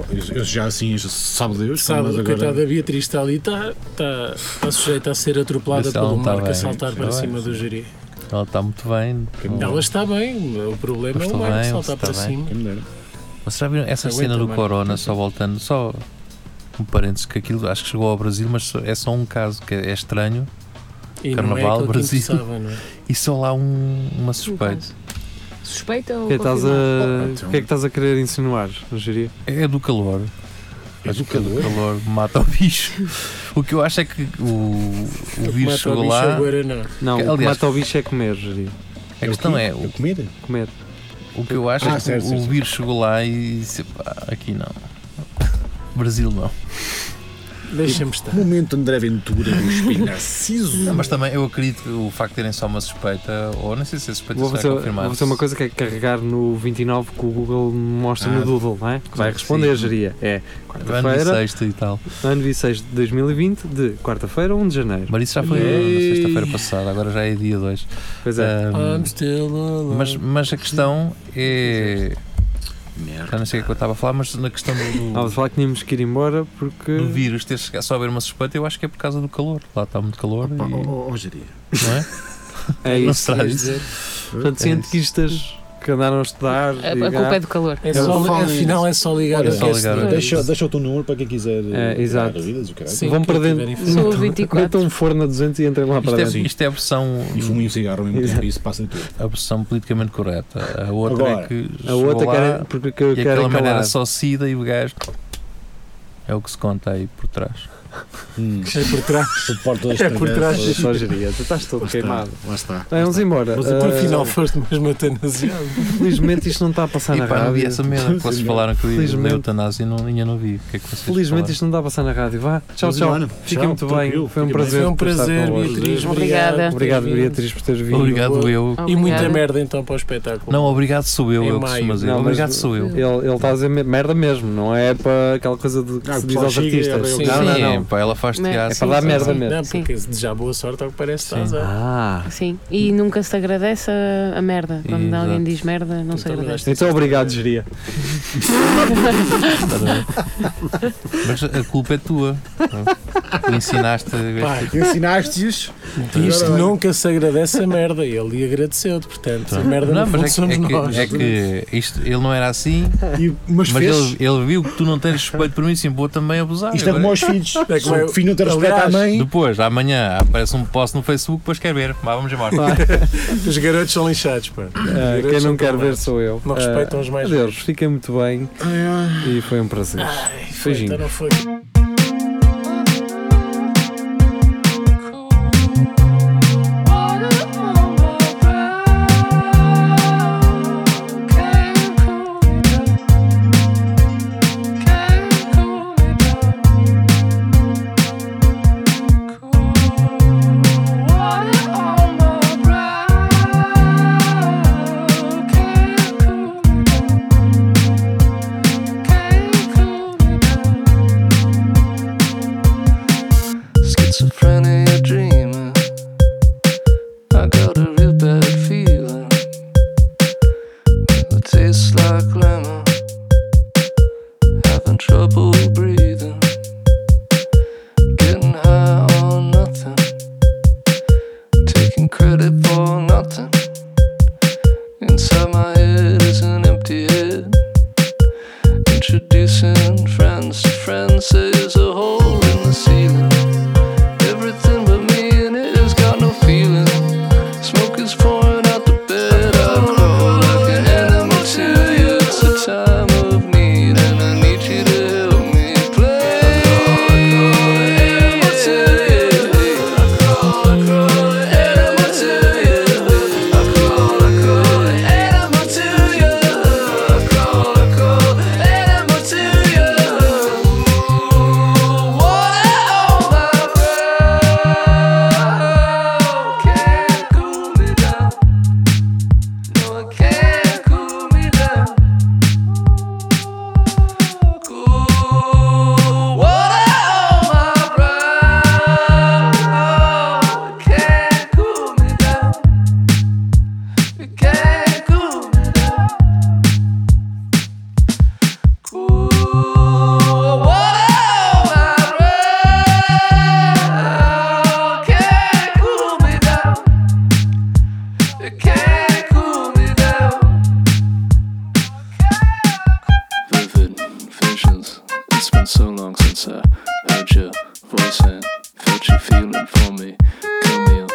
Eu, eu já assim, já sabe Deus,
Sabe,
mas
a coitada Beatriz está ali, está, está, está sujeita a ser atropelada
Vê se ela
pelo
não está
Marco a
bem.
saltar
Sim,
para
ela é.
cima do geria.
Ela está muito bem. Não-
Ela está bem, o problema
Mas
é o
está
Marco
bem,
saltar
está
para
bem.
cima.
Quem me dera.
Mas já viram essa
Aguenta,
cena do
mano.
Corona, só voltando, só um parênteses que aquilo acho que chegou ao Brasil, mas só- é só um caso que é é estranho
E não é
Carnaval,
aquilo que
Brasil.
interessava, não é?
e só lá um, uma suspeita.
Suspeita
O
ou
que, é que estás
confirmado?
a-
Opa, então.
o que é que estás a querer insinuar, Jeria?
É do calor.
É
Acho
do
que
calor?
calor mata o bicho. O que eu acho é que o, o vírus
Mata o
chegou
bicho
lá.
agora não. é?
Não,
Que,
o que
aliás-
mata o bicho é comer, Jeria.
A questão é,
Eu
o,
comida?
Comer.
o que eu acho
Ah,
é que
certo,
o
certo.
vírus chegou lá e disse, "Pá, aqui não. Brasil não.
Deixa-me estar.
Momento André Ventura do Espinaciso.
Não, Mas também eu acredito que o facto de terem só uma suspeita, ou nem sei se a suspeita
Vou
será
fazer,
confirmada.
vou fazer uma coisa que é carregar no 29 que o Google mostra
Ah,
no Doodle, não é? Que vai
sim.
responder, Jeria. É
Ano e
quarta-feira,
sexta e tal.
ano 26 de 2020, de quarta-feira, 1 de janeiro.
Mas isso já foi
Ei.
na sexta-feira passada, agora já é dia 2.
Pois
Ah.
é.
I'm still alive.
mas, mas a questão é.
Merda.
Já não sei o que é que eu estava a falar, mas na questão do,
Ah, vou
do,
falar que tínhamos que ir embora porque.
do vírus ter chegado só a haver uma suspeita, eu acho que é por causa do calor. Lá está muito calor e.
Pá, ó, ó, ó, Jeria.
Não é?
É
Não
isso.
será isso?
Portanto,
É
cientistas que andaram a estudar.
A, a
ligar-
culpa é do calor.
É só,
falo nisso.
afinal é só ligar
Olha,
o
só ligar o
aquecedor.
Deixa, deixa o teu número para quem quiser.
É,
eh,
exato.
dar Vidas, o caralho.
Sim,
Vão
quem
para dentro.
tiver infecção.
Sou 24.
Metam um forno a 200 e entrem lá para
Isto é,
dentro.
Sim.
isto é a versão,
E fumo e um cigarro ao mesmo tempo, isso passa tudo.
a versão politicamente correta. A outra
Agora,
é que.
A
chegou
outra
lá,
quer, é- porque que
E aquela
querem
maneira
calar.
era só sida e o gajo. É o que se conta aí por trás.
Hum,
É por trás.
suporto as
É por trás.
travessas.
Só geria, tu estás todo
Lá
queimado.
está, Lá está.
Bem, vamos embora.
Mas por
Ah,
final foste mesmo eutanasiado.
Felizmente isto não está a passar
E
Tá na
pá, não vi
rádio.
essa merda que vocês falaram que eu ia da
Felizmente.
eutanásia e não, ainda não vi. O que é que vocês
Felizmente
falaram?
isto não está a passar na rádio. Vá, tchau,
Mas,
tchau.
Joana,
Fiquem
tchau,
muito bem.
tranquilo.
Foi um
Fiquem bem.
prazer.
Foi um
por estar
prazer,
convosco.
Beatriz.
Obrigada.
por
Obrigado,
teres vindo.
Beatriz, por teres vindo.
Obrigado eu.
Ah,
E muita
Obrigada.
merda então para o espetáculo.
Não, obrigado sou eu,
Em
eu
maio.
costumo dizer.
Não, mas-
obrigado sou eu.
Ele, ele está a dizer me- merda mesmo, não é para aquela coisa de que
Ah,
se
o
diz
pessoal
aos
chega e
artistas.
abre
o-
Não, não,
Sim,
não.
pá, ela faz
Mas-
teatro.
É para dar
Sim,
merda
sim.
mesmo.
Não, porque desejar boa sorte ao que parece
Sim.
estás a.
Ah.
Sim, e nunca se agradece a, a merda. Quando
Exato.
alguém diz merda, não se
Então,
agradece.
Então obrigado, Geria.
Mas a culpa é tua. tu ensinaste.
Pá,
Ensinaste-os.
Diz que
Agora,
nunca se agradece a merda. E Ele lhe agradeceu-te, portanto. A merda
não,
não,
mas é,
somos
que-
nós.
é que, é que isto, ele não era assim,
e- mas
mas
fez.
ele, ele viu que tu não tens respeito por mim, sim, vou também abusar.
Isto é
Agora-
como aos filhos.
É que
Se o
eu-
filho não ter respeito à
aliás,
mãe.
Depois, amanhã, aparece um post no Facebook, depois quer ver. Vá, vamos embora.
Os garotos são lixados, pá.
Ah,
Direitos
quem
são
não quer ver
problemas.
sou eu.
Não
Ah,
respeitam os mais
Adeus, fiquem muito bem e foi um prazer.
Foi,
Beijinho.
então não foi.
Can't cool me down.
Add your voice and fetch your feeling for me. Come here,